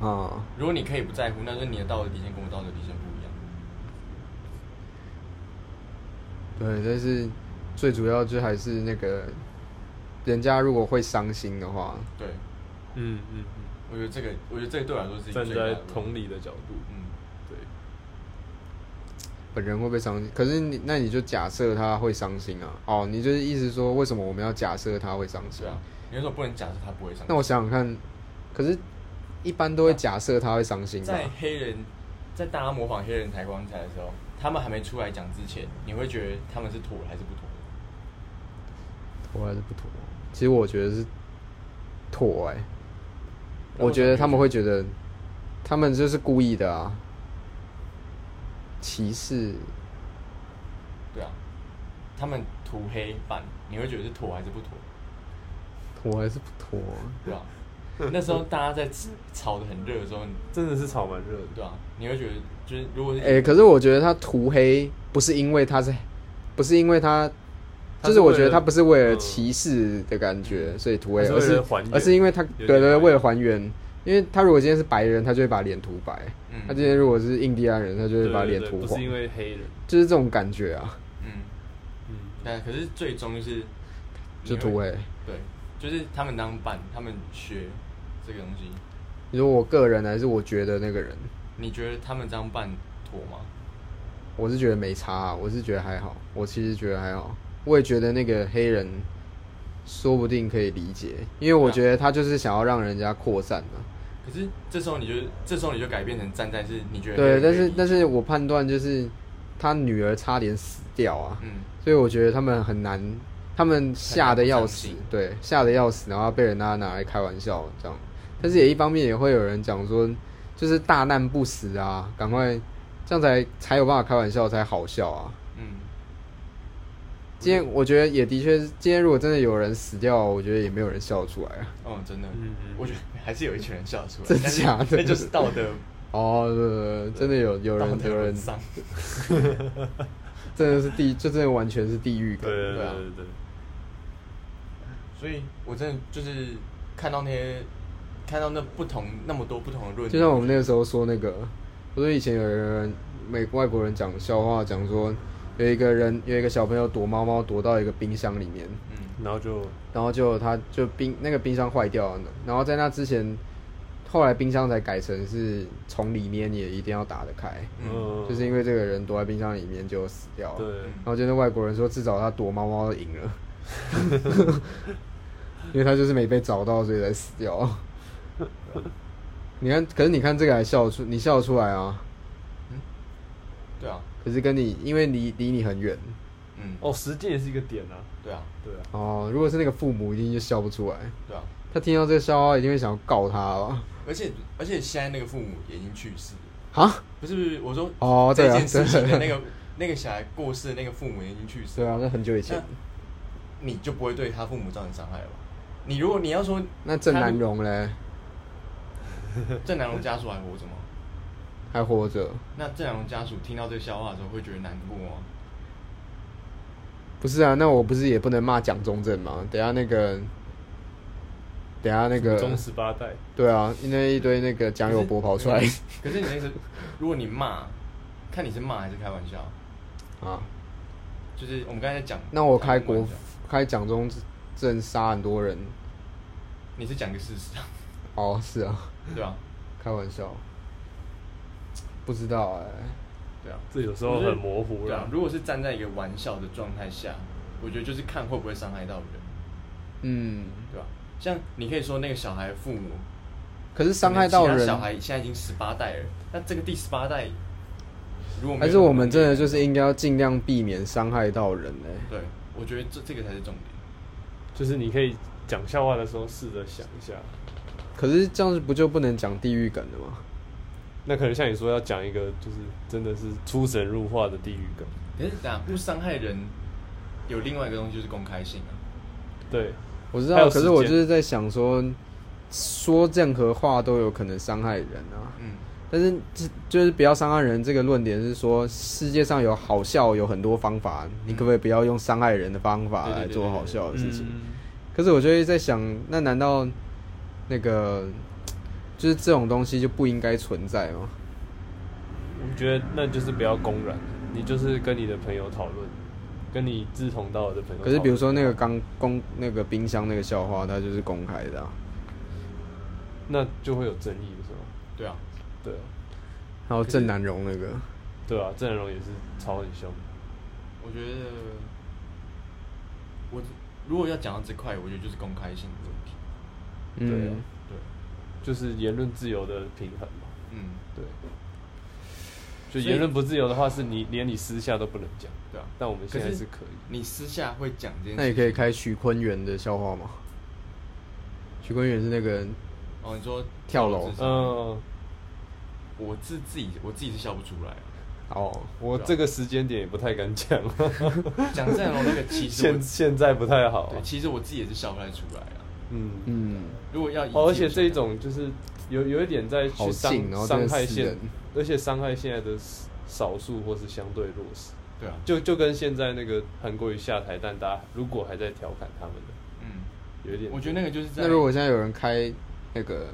Speaker 1: 啊，
Speaker 3: 如果你可以不在乎，那就是你的道德底线跟我道德底线不一样。
Speaker 1: 对，但是最主要就还是那个，人家如果会伤心的话，
Speaker 3: 对，
Speaker 2: 嗯嗯
Speaker 3: 我觉得这个，我觉得这个对我来说是
Speaker 2: 嗯，
Speaker 3: 一个
Speaker 2: 站
Speaker 3: 最大的
Speaker 2: 在
Speaker 3: 问题
Speaker 2: 同理的角度，
Speaker 3: 嗯，
Speaker 2: 对，
Speaker 1: 本人会被伤心。可是你那你就假设他会伤心啊？哦，你就是意思说，为什么我们要假设他会伤心
Speaker 3: 是？啊，你为什么不能假设他不会伤心？
Speaker 1: 那我想想看，可是一般都会假设他会伤心吧？
Speaker 3: 在黑人，在大家模仿黑人抬棺材的时候，他们还没出来讲之前，你会觉得他们是妥的还是不妥的？
Speaker 1: 妥还是不妥？其实我觉得是妥哎、
Speaker 3: 那
Speaker 1: 我
Speaker 3: 为什
Speaker 1: 觉
Speaker 3: 么
Speaker 1: 得
Speaker 3: 你
Speaker 1: 他们
Speaker 3: 觉
Speaker 1: 会觉得，他们就是故意的啊，歧视。
Speaker 3: 对啊，他们涂黑板，你会觉得是妥还是不妥？
Speaker 1: 妥还是不妥啊、
Speaker 3: 对啊，那时候大家在吵得很热的时候，
Speaker 2: 真的是炒蛮热的，
Speaker 3: 对啊，你会觉得就是如果是
Speaker 1: 哎、可是我觉得他涂黑不是因为他是，不是因为他，
Speaker 2: 他
Speaker 1: 就是是我觉
Speaker 2: 为
Speaker 1: 得
Speaker 2: 了
Speaker 1: 他不是为了
Speaker 2: 嗯
Speaker 1: 歧视的感觉，所以涂黑，
Speaker 2: 他是
Speaker 1: 而
Speaker 2: 为
Speaker 1: 是
Speaker 2: 了还原
Speaker 1: 而是因为他
Speaker 2: 有
Speaker 1: 对对对，
Speaker 2: 点还原
Speaker 1: 为了还原，因为他如果今天是白人，他就会把脸涂白；
Speaker 3: 嗯
Speaker 1: 他今天如果是印第安人，他就会把脸
Speaker 2: 对
Speaker 1: 涂
Speaker 2: 不
Speaker 1: 黄
Speaker 2: 是，因为黑人，
Speaker 1: 就是这种感觉啊，
Speaker 3: 嗯，
Speaker 2: 嗯，
Speaker 3: 但可是最终就是
Speaker 1: 就
Speaker 3: 你会
Speaker 1: 涂黑。
Speaker 3: 对，就是他们当伴，他们学这个东西，
Speaker 1: 你说我个人还是我觉得那个人，
Speaker 3: 你觉得他们当伴妥吗？
Speaker 1: 我是觉得没差、啊，我是觉得还好，我其实觉得还好，我也觉得那个黑人说不定可以理解，因为我觉得他就是想要让人家扩散啊。
Speaker 3: 可是这时候你就这时候你就改变成站在是你觉得
Speaker 1: 对，但是
Speaker 3: 那
Speaker 1: 但是我判断就是他女儿差点死掉啊，
Speaker 3: 嗯，
Speaker 1: 所以我觉得他们很难，他们吓得要死
Speaker 3: 很难不相信，
Speaker 1: 对，吓得要死，然后被人家拿来开玩笑这样。但是也一方面也会有人讲说，就是大难不死啊，赶快这样才才有办法开玩笑，才好笑啊。
Speaker 3: 嗯，
Speaker 1: 今天我觉得也的确是，今天如果真的有人死掉，我觉得也没有人笑出来啊。
Speaker 3: 哦，真的，
Speaker 2: 嗯嗯
Speaker 3: 我觉得还是有一群人笑得出来，
Speaker 1: 真
Speaker 3: 但是
Speaker 1: 假的
Speaker 3: [laughs] 那就是道德，
Speaker 1: 哦，对对对，真的 [laughs] 有有
Speaker 3: 道
Speaker 1: 人有
Speaker 3: 德
Speaker 1: 人
Speaker 3: 沦，丧。
Speaker 1: 真的是地，这真的完全是地狱感。
Speaker 2: 对对
Speaker 3: 对啊
Speaker 2: 对对，
Speaker 3: 所以我真的就是看到那些看到那不同那么多不同的论点，
Speaker 1: 就像我们那个时候说那个，我说以前有人美外国人讲笑话，讲说有一个人有一个小朋友躲猫猫躲到一个冰箱里面，
Speaker 3: 嗯
Speaker 2: 然后就
Speaker 1: 然后就他就冰那个冰箱坏掉了，然后在那之前，后来冰箱才改成是从里面也一定要打得开，
Speaker 3: 嗯
Speaker 2: 嗯，
Speaker 1: 就是因为这个人躲在冰箱里面就死掉了。
Speaker 2: 对，
Speaker 1: 然后就那外国人说，至少他躲猫猫赢了， [laughs] 因为他就是没被找到，所以才死掉。你看，可是你看这个还笑得出，你笑得出来啊。
Speaker 3: 对啊，
Speaker 1: 可是跟你因为离离你很远
Speaker 3: 嗯
Speaker 2: 哦，时间也是一个点啊，
Speaker 3: 对啊
Speaker 2: 对啊，
Speaker 1: 哦，如果是那个父母，一定就笑不出来。
Speaker 3: 对啊，
Speaker 1: 他听到这个笑话，一定会想要告他啊吧？
Speaker 3: 而且而且现在那个父母也已经去世了，
Speaker 1: 啊？
Speaker 3: 不是不是，我说
Speaker 1: 哦，对
Speaker 3: 这
Speaker 1: 啊，
Speaker 3: 件事情
Speaker 1: 对
Speaker 3: 的
Speaker 1: 啊
Speaker 3: 那个那个小孩过世的那个父母已经去世
Speaker 1: 对
Speaker 3: 了，
Speaker 1: 啊，那很久以前
Speaker 3: 那。你就不会对他父母造成伤害了吧？你如果你要说
Speaker 1: 那郑南荣嘞，
Speaker 3: 郑南荣家属还活着吗？
Speaker 1: 还活着？
Speaker 3: 那郑南荣家属听到这个笑话的时候会觉得难过吗？
Speaker 1: 不是啊，那我不是也不能骂蒋中正吗？等一下那个，等一下那个
Speaker 2: 中十八代，
Speaker 1: 对啊，因为一堆那个蒋友柏跑出来
Speaker 3: 可是你那个， [laughs] 如果你骂，看你是骂还是开玩笑，
Speaker 1: [laughs] 啊。
Speaker 3: 就是我们刚才在讲，
Speaker 1: 那我开
Speaker 3: 开
Speaker 1: 国
Speaker 3: 玩笑
Speaker 1: 开蒋中正杀很多人，
Speaker 3: 你是讲个事
Speaker 1: [laughs]
Speaker 3: 实啊，
Speaker 1: 哦，是啊，
Speaker 3: 对吧？
Speaker 1: 开玩笑，不知道哎、
Speaker 3: 对啊，
Speaker 2: 这有时候很模糊
Speaker 3: 对啊
Speaker 2: 啦。。
Speaker 3: 如果是站在一个玩笑的状态下，我觉得就是看会不会伤害到人，
Speaker 1: 嗯，
Speaker 3: 对吧？像你可以说那个小孩的父母
Speaker 1: 可是伤害到
Speaker 3: 可能其
Speaker 1: 人
Speaker 3: 他，小孩现在已经十八代了，那这个第十八代，如果没有
Speaker 1: 还是我们真的就是应该要尽量避免伤害到人哎、
Speaker 3: 对，我觉得这这个才是重点。
Speaker 2: 就是你可以讲笑话的时候试着想一下，
Speaker 1: 可是这样子不就不能讲地狱梗了吗？
Speaker 2: 那可能像你说要讲一个就是真的是出神入化的地狱梗，
Speaker 3: 可是讲不伤害人，有另外一个东西就是公开性啊。
Speaker 2: 对，
Speaker 1: 我知
Speaker 2: 还
Speaker 1: 道，
Speaker 2: 有
Speaker 1: 可是
Speaker 2: 时
Speaker 1: 我就
Speaker 2: 间
Speaker 1: 是在想说，说任何话都有可能伤害人啊。
Speaker 3: 嗯，
Speaker 1: 但是这就是不要伤害人这个论点是说，世界上有好笑有很多方法，你可不可以不要用伤害人的方法
Speaker 3: 对对
Speaker 1: 来
Speaker 3: 对
Speaker 1: 做
Speaker 3: 对
Speaker 1: 好笑的事情？
Speaker 2: 嗯
Speaker 1: 可是我就会在想，那难道那个就是这种东西就不应该存在吗？
Speaker 2: 我觉得那就是不要公然，你就是跟你的朋友讨论，跟你志同道合的朋友。
Speaker 1: 可是比如，说那个刚公那个冰箱那个笑话，它就是公开的、啊，
Speaker 2: 那就会有争议，不是吗？
Speaker 3: 对啊，
Speaker 2: 对啊，
Speaker 1: 还有郑南荣那个，
Speaker 2: 对啊，郑容也是吵很凶。
Speaker 3: 我觉得我如果要讲到这块，我觉得就是公开性的问题。
Speaker 2: 对啊
Speaker 1: 嗯，
Speaker 3: 对，
Speaker 2: 就是言论自由的平衡嘛。
Speaker 3: 嗯，
Speaker 2: 对，就
Speaker 3: 所以
Speaker 2: 言论不自由的话，是你连你私下都不能讲，
Speaker 3: 对啊。
Speaker 2: 但我们现在
Speaker 3: 可
Speaker 2: 是
Speaker 3: 是
Speaker 2: 可以。
Speaker 3: 你私下会讲这件事情，
Speaker 1: 那也可以开许坤元的笑话吗？许坤元是那个
Speaker 3: 哦。你说
Speaker 1: 跳楼
Speaker 3: 自杀
Speaker 2: 嗯，
Speaker 3: 我自自己我自己是笑不出来啊。
Speaker 1: 哦，
Speaker 2: 我这个时间点也不太敢讲，
Speaker 3: 讲郑容那个，其
Speaker 1: [laughs]
Speaker 3: 实
Speaker 2: 现
Speaker 3: 我
Speaker 2: 现在不太
Speaker 1: 啊
Speaker 2: 好啊
Speaker 3: 对，。其实我自己也是笑不太出来啊。
Speaker 2: 嗯
Speaker 1: 嗯，
Speaker 3: 如果要以
Speaker 2: 哦，而
Speaker 3: 自己
Speaker 2: 且
Speaker 3: 的
Speaker 2: 这一种就是有有一点在
Speaker 1: 好
Speaker 2: 去伤
Speaker 1: 近然后真
Speaker 2: 伤
Speaker 1: 的
Speaker 2: 害
Speaker 1: 私
Speaker 2: 现
Speaker 1: 人，
Speaker 2: 而且伤害现在的少数或是相对弱势，
Speaker 3: 对啊，
Speaker 2: 就就跟现在那个韩国瑜下台，但大家如果还在调侃他们的，
Speaker 3: 嗯，
Speaker 2: 有一点，
Speaker 3: 我觉得那个就是在
Speaker 1: 那如果现在有人开那个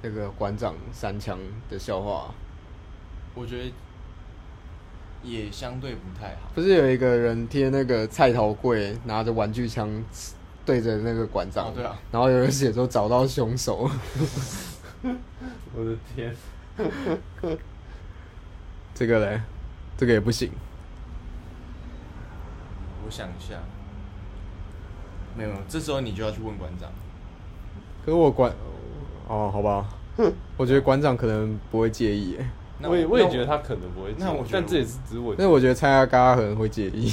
Speaker 1: 那个馆长三枪的笑话，
Speaker 3: 我觉得也相对不太好。
Speaker 1: 不是有一个人贴那个菜头柜拿着玩具枪对着那个馆长、
Speaker 3: 哦对啊，
Speaker 1: 然后有人写说找到凶手，
Speaker 2: 我的天，
Speaker 1: 这个嘞，这个也不行。
Speaker 3: 我想一下，没有，没有这时候你就要去问馆长。
Speaker 1: 可是我馆，哦，好吧，我觉得馆长可能不会介意耶，
Speaker 3: 那
Speaker 2: 我也我也觉得
Speaker 3: 得，
Speaker 2: 他可能不会接，
Speaker 3: 那我觉得
Speaker 2: 但这也是只是我
Speaker 1: 但是我觉得蔡阿嘎可能会介意。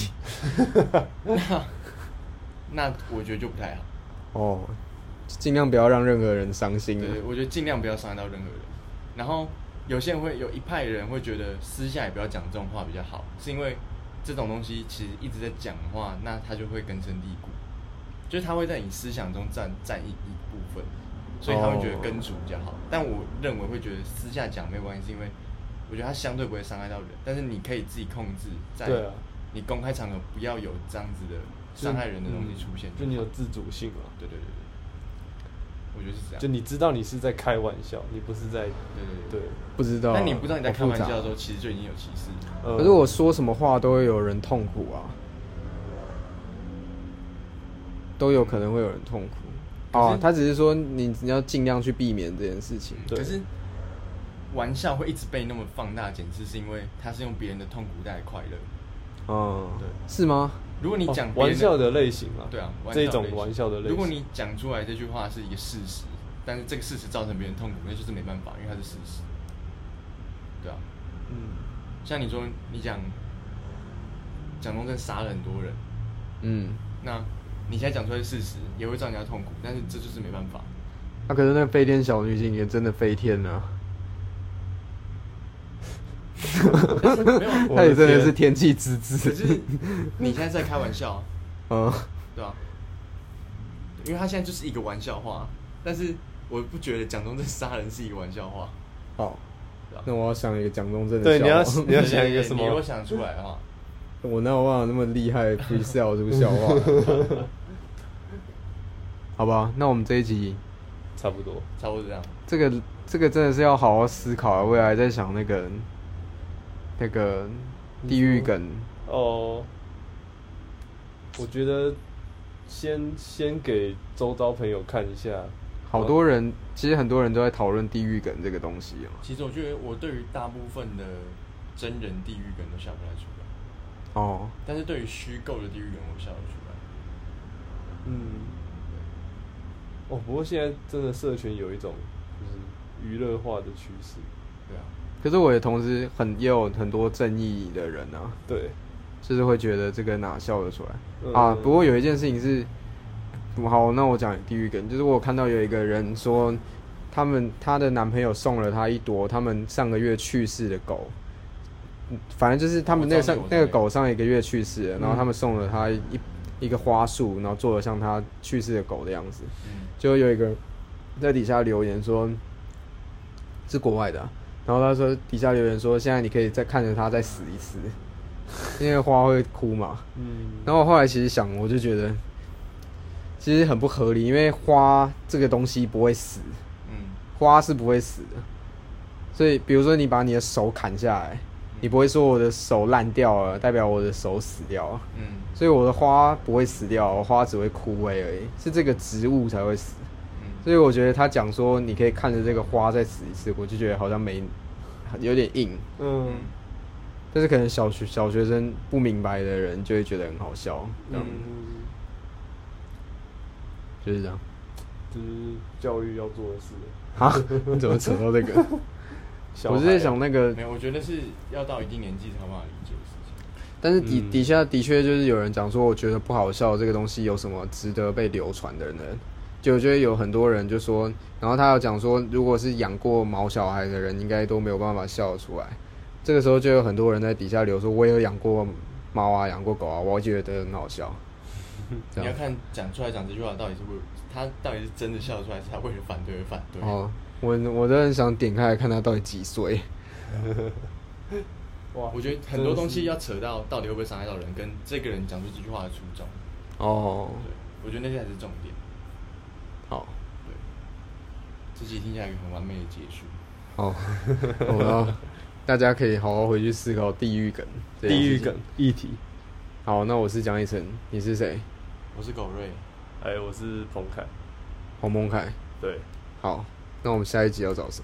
Speaker 3: 那我觉得就不太好。
Speaker 1: 哦，尽量不要让任何人伤
Speaker 2: 嗯
Speaker 1: 心
Speaker 3: 对，
Speaker 1: 啊。
Speaker 3: 我觉得尽量不要伤害到任何人。然后有些人会有一派人会觉得私下也不要讲这种话比较好，是因为这种东西其实一直在讲的话，那它就会根深蒂固，就是它会在你思想中占占一一部分，所以他会觉得根除比较好。但我认为会觉得私下讲没有关系，是因为我觉得它相对不会伤害到人，但是你可以自己控制，在
Speaker 2: 对啊
Speaker 3: 你公开场合不要有这样子的伤害人的东西出现
Speaker 2: 嗯啊就你有
Speaker 3: 好
Speaker 2: 自主性嘛，
Speaker 3: 对对对对，我觉得是这样。
Speaker 2: 就你知道你是在开玩笑，你不是在
Speaker 3: 对对对
Speaker 2: 对。啊
Speaker 1: 不知道，
Speaker 3: 那你不知道你在开玩笑
Speaker 1: 好
Speaker 3: 的
Speaker 1: 复
Speaker 3: 时
Speaker 1: 杂
Speaker 3: 候，其实就已经有歧视。
Speaker 2: 呃
Speaker 1: 可是我说什么话都会有人痛苦啊，都有可能会有人痛苦。
Speaker 3: 可
Speaker 1: 哦
Speaker 3: 是，
Speaker 1: 他只是说你你要尽量去避免这件事情。
Speaker 2: 对
Speaker 3: 可是玩笑会一直被那么放大检视，是因为他是用别人的痛苦带来快乐。
Speaker 1: 嗯
Speaker 3: 对，
Speaker 1: 是吗？
Speaker 3: 如果你讲
Speaker 2: 哦
Speaker 3: 别人
Speaker 2: 玩笑的类型啊，
Speaker 3: 对啊，玩笑
Speaker 2: 这
Speaker 3: 类
Speaker 2: 一
Speaker 3: 型
Speaker 2: 种玩笑的类型，
Speaker 3: 如果你讲出来这句话是一个事实，但是这个事实造成别人痛苦，那就是没办法，因为它是事实。对啊，
Speaker 2: 嗯，
Speaker 3: 像你说你讲蒋中正杀了很多人，
Speaker 1: 嗯，
Speaker 3: 那你现在讲出来是事实，也会让人家痛苦，但是这就是没办
Speaker 2: [laughs]
Speaker 3: 法。
Speaker 1: 那、啊可是那个飞天小女警也真的飞天了、啊，
Speaker 3: 没有，
Speaker 2: 我
Speaker 1: 她也
Speaker 2: 的
Speaker 1: 真的是
Speaker 2: 天
Speaker 1: 天气之
Speaker 3: [laughs] 可
Speaker 1: 子。 [laughs]
Speaker 3: 是你现在在开玩笑啊。
Speaker 1: 嗯，
Speaker 3: 对啊，因为他现在就是一个玩笑话，但是我不觉得蒋中正杀人是一个玩笑话。
Speaker 1: 好
Speaker 3: 对啊，
Speaker 1: 那我要想一个蒋中正的
Speaker 2: 对你要
Speaker 1: 笑话
Speaker 2: 你要想一个
Speaker 3: 对对对
Speaker 2: 什
Speaker 3: 你如
Speaker 2: 么
Speaker 3: 果，想得出来的话，
Speaker 1: [laughs] 我哪有办法那么厉害 freestyle 出笑话、
Speaker 2: [laughs]
Speaker 1: 好吧，那我们这一集
Speaker 2: 差不多，
Speaker 3: 差不多这样。
Speaker 1: 这个这个真的是要好好思考啊！未来在想那个那个地狱梗，
Speaker 2: 哦，我觉得先先给周遭朋友看一下，
Speaker 1: 好多人其实很多人都在讨论地狱梗这个东西哦。
Speaker 3: 其实我觉得我对于大部分的真人地狱梗都想不太出来，
Speaker 1: 哦，
Speaker 3: 但是对于虚构的地狱梗我想得出来。
Speaker 2: 嗯，哦，不过现在真的社群有一种就是娱乐化的趋势，
Speaker 3: 对啊，
Speaker 1: 可是我也同时很也有很多正义的人啊，
Speaker 2: 对，
Speaker 1: 就是会觉得这个哪笑得出来、
Speaker 2: 嗯
Speaker 1: 啊？不过有一件事情是，好，那我讲地狱梗，就是我有看到有一个人说，他们她的男朋友送了她一朵他们上个月去世的狗，嗯反正就是他们那个上
Speaker 3: 我知道那
Speaker 1: 那
Speaker 3: 个
Speaker 1: 个狗上一个月去世了，然后他们送了她一一个花束，然后做的像她去世的狗的样子，
Speaker 3: 嗯，
Speaker 1: 就有一个人在底下留言说，是国外的啊、然后他说底下留言说，现在你可以再看着它再死一次，因为花会哭嘛。
Speaker 2: 嗯，
Speaker 1: 然后我后来其实想，我就觉得其实很不合理，因为花这个东西不会死，
Speaker 3: 嗯，
Speaker 1: 花是不会死的。所以比如说你把你的手砍下来，你不会说我的手烂掉了，代表我的手死掉了。
Speaker 3: 嗯，
Speaker 1: 所以我的花不会死掉，我花只会枯萎而已，是这个植物才会死。
Speaker 3: 嗯，
Speaker 1: 所以我觉得他讲说你可以看着这个花再死一次，我就觉得好像没有点硬，
Speaker 2: 嗯，
Speaker 1: 但是可能小学小学生不明白的人就会觉得很好笑，这样、
Speaker 2: 嗯，
Speaker 1: 就是这样。
Speaker 2: 这是教育要做的事。
Speaker 1: 啊， [laughs] 你怎么扯到这个？
Speaker 2: [laughs] 小
Speaker 1: 我是
Speaker 2: 孩
Speaker 1: 在
Speaker 2: 啊
Speaker 1: 想那个
Speaker 3: 没，有，我觉得是要到一定年纪才有办法理解的事情。
Speaker 1: 但是底
Speaker 2: 嗯
Speaker 1: 底下的确就是有人讲说，我觉得不好笑这个东西有什么值得被流传的呢？就我觉得有很多人就说，然后他有讲说，如果是养过毛小孩的人，应该都没有办法笑得出来。这个时候就有很多人在底下留说，我也有养过猫啊，养过狗啊，我觉得很好笑。这
Speaker 3: 你要
Speaker 1: 样
Speaker 3: 看讲出来讲这句话到底是为他到底是真的笑出来，还是他为了反对而反对？
Speaker 1: 哦，我我都很想点开来看他到底几岁。
Speaker 2: 哇，
Speaker 3: 我觉得很多东西
Speaker 2: 真的
Speaker 3: 要扯到到底会不会伤害到人，跟这个人讲出这句话的初衷。
Speaker 1: 哦，
Speaker 3: 对，我觉得那些才是重点。
Speaker 1: 好，
Speaker 3: 对，这集听起来有一个很完美的结束。
Speaker 1: 好，我要大家可以好好回去思考地狱梗
Speaker 2: 是
Speaker 1: 这件事情。
Speaker 2: 地狱梗议题。
Speaker 1: 好，那我是蒋一晨，你是谁？
Speaker 3: 我是狗瑞，
Speaker 2: 哎，我是彭凯，
Speaker 1: 黄梦凯。
Speaker 2: 对，
Speaker 1: 好，那我们下一集要找谁？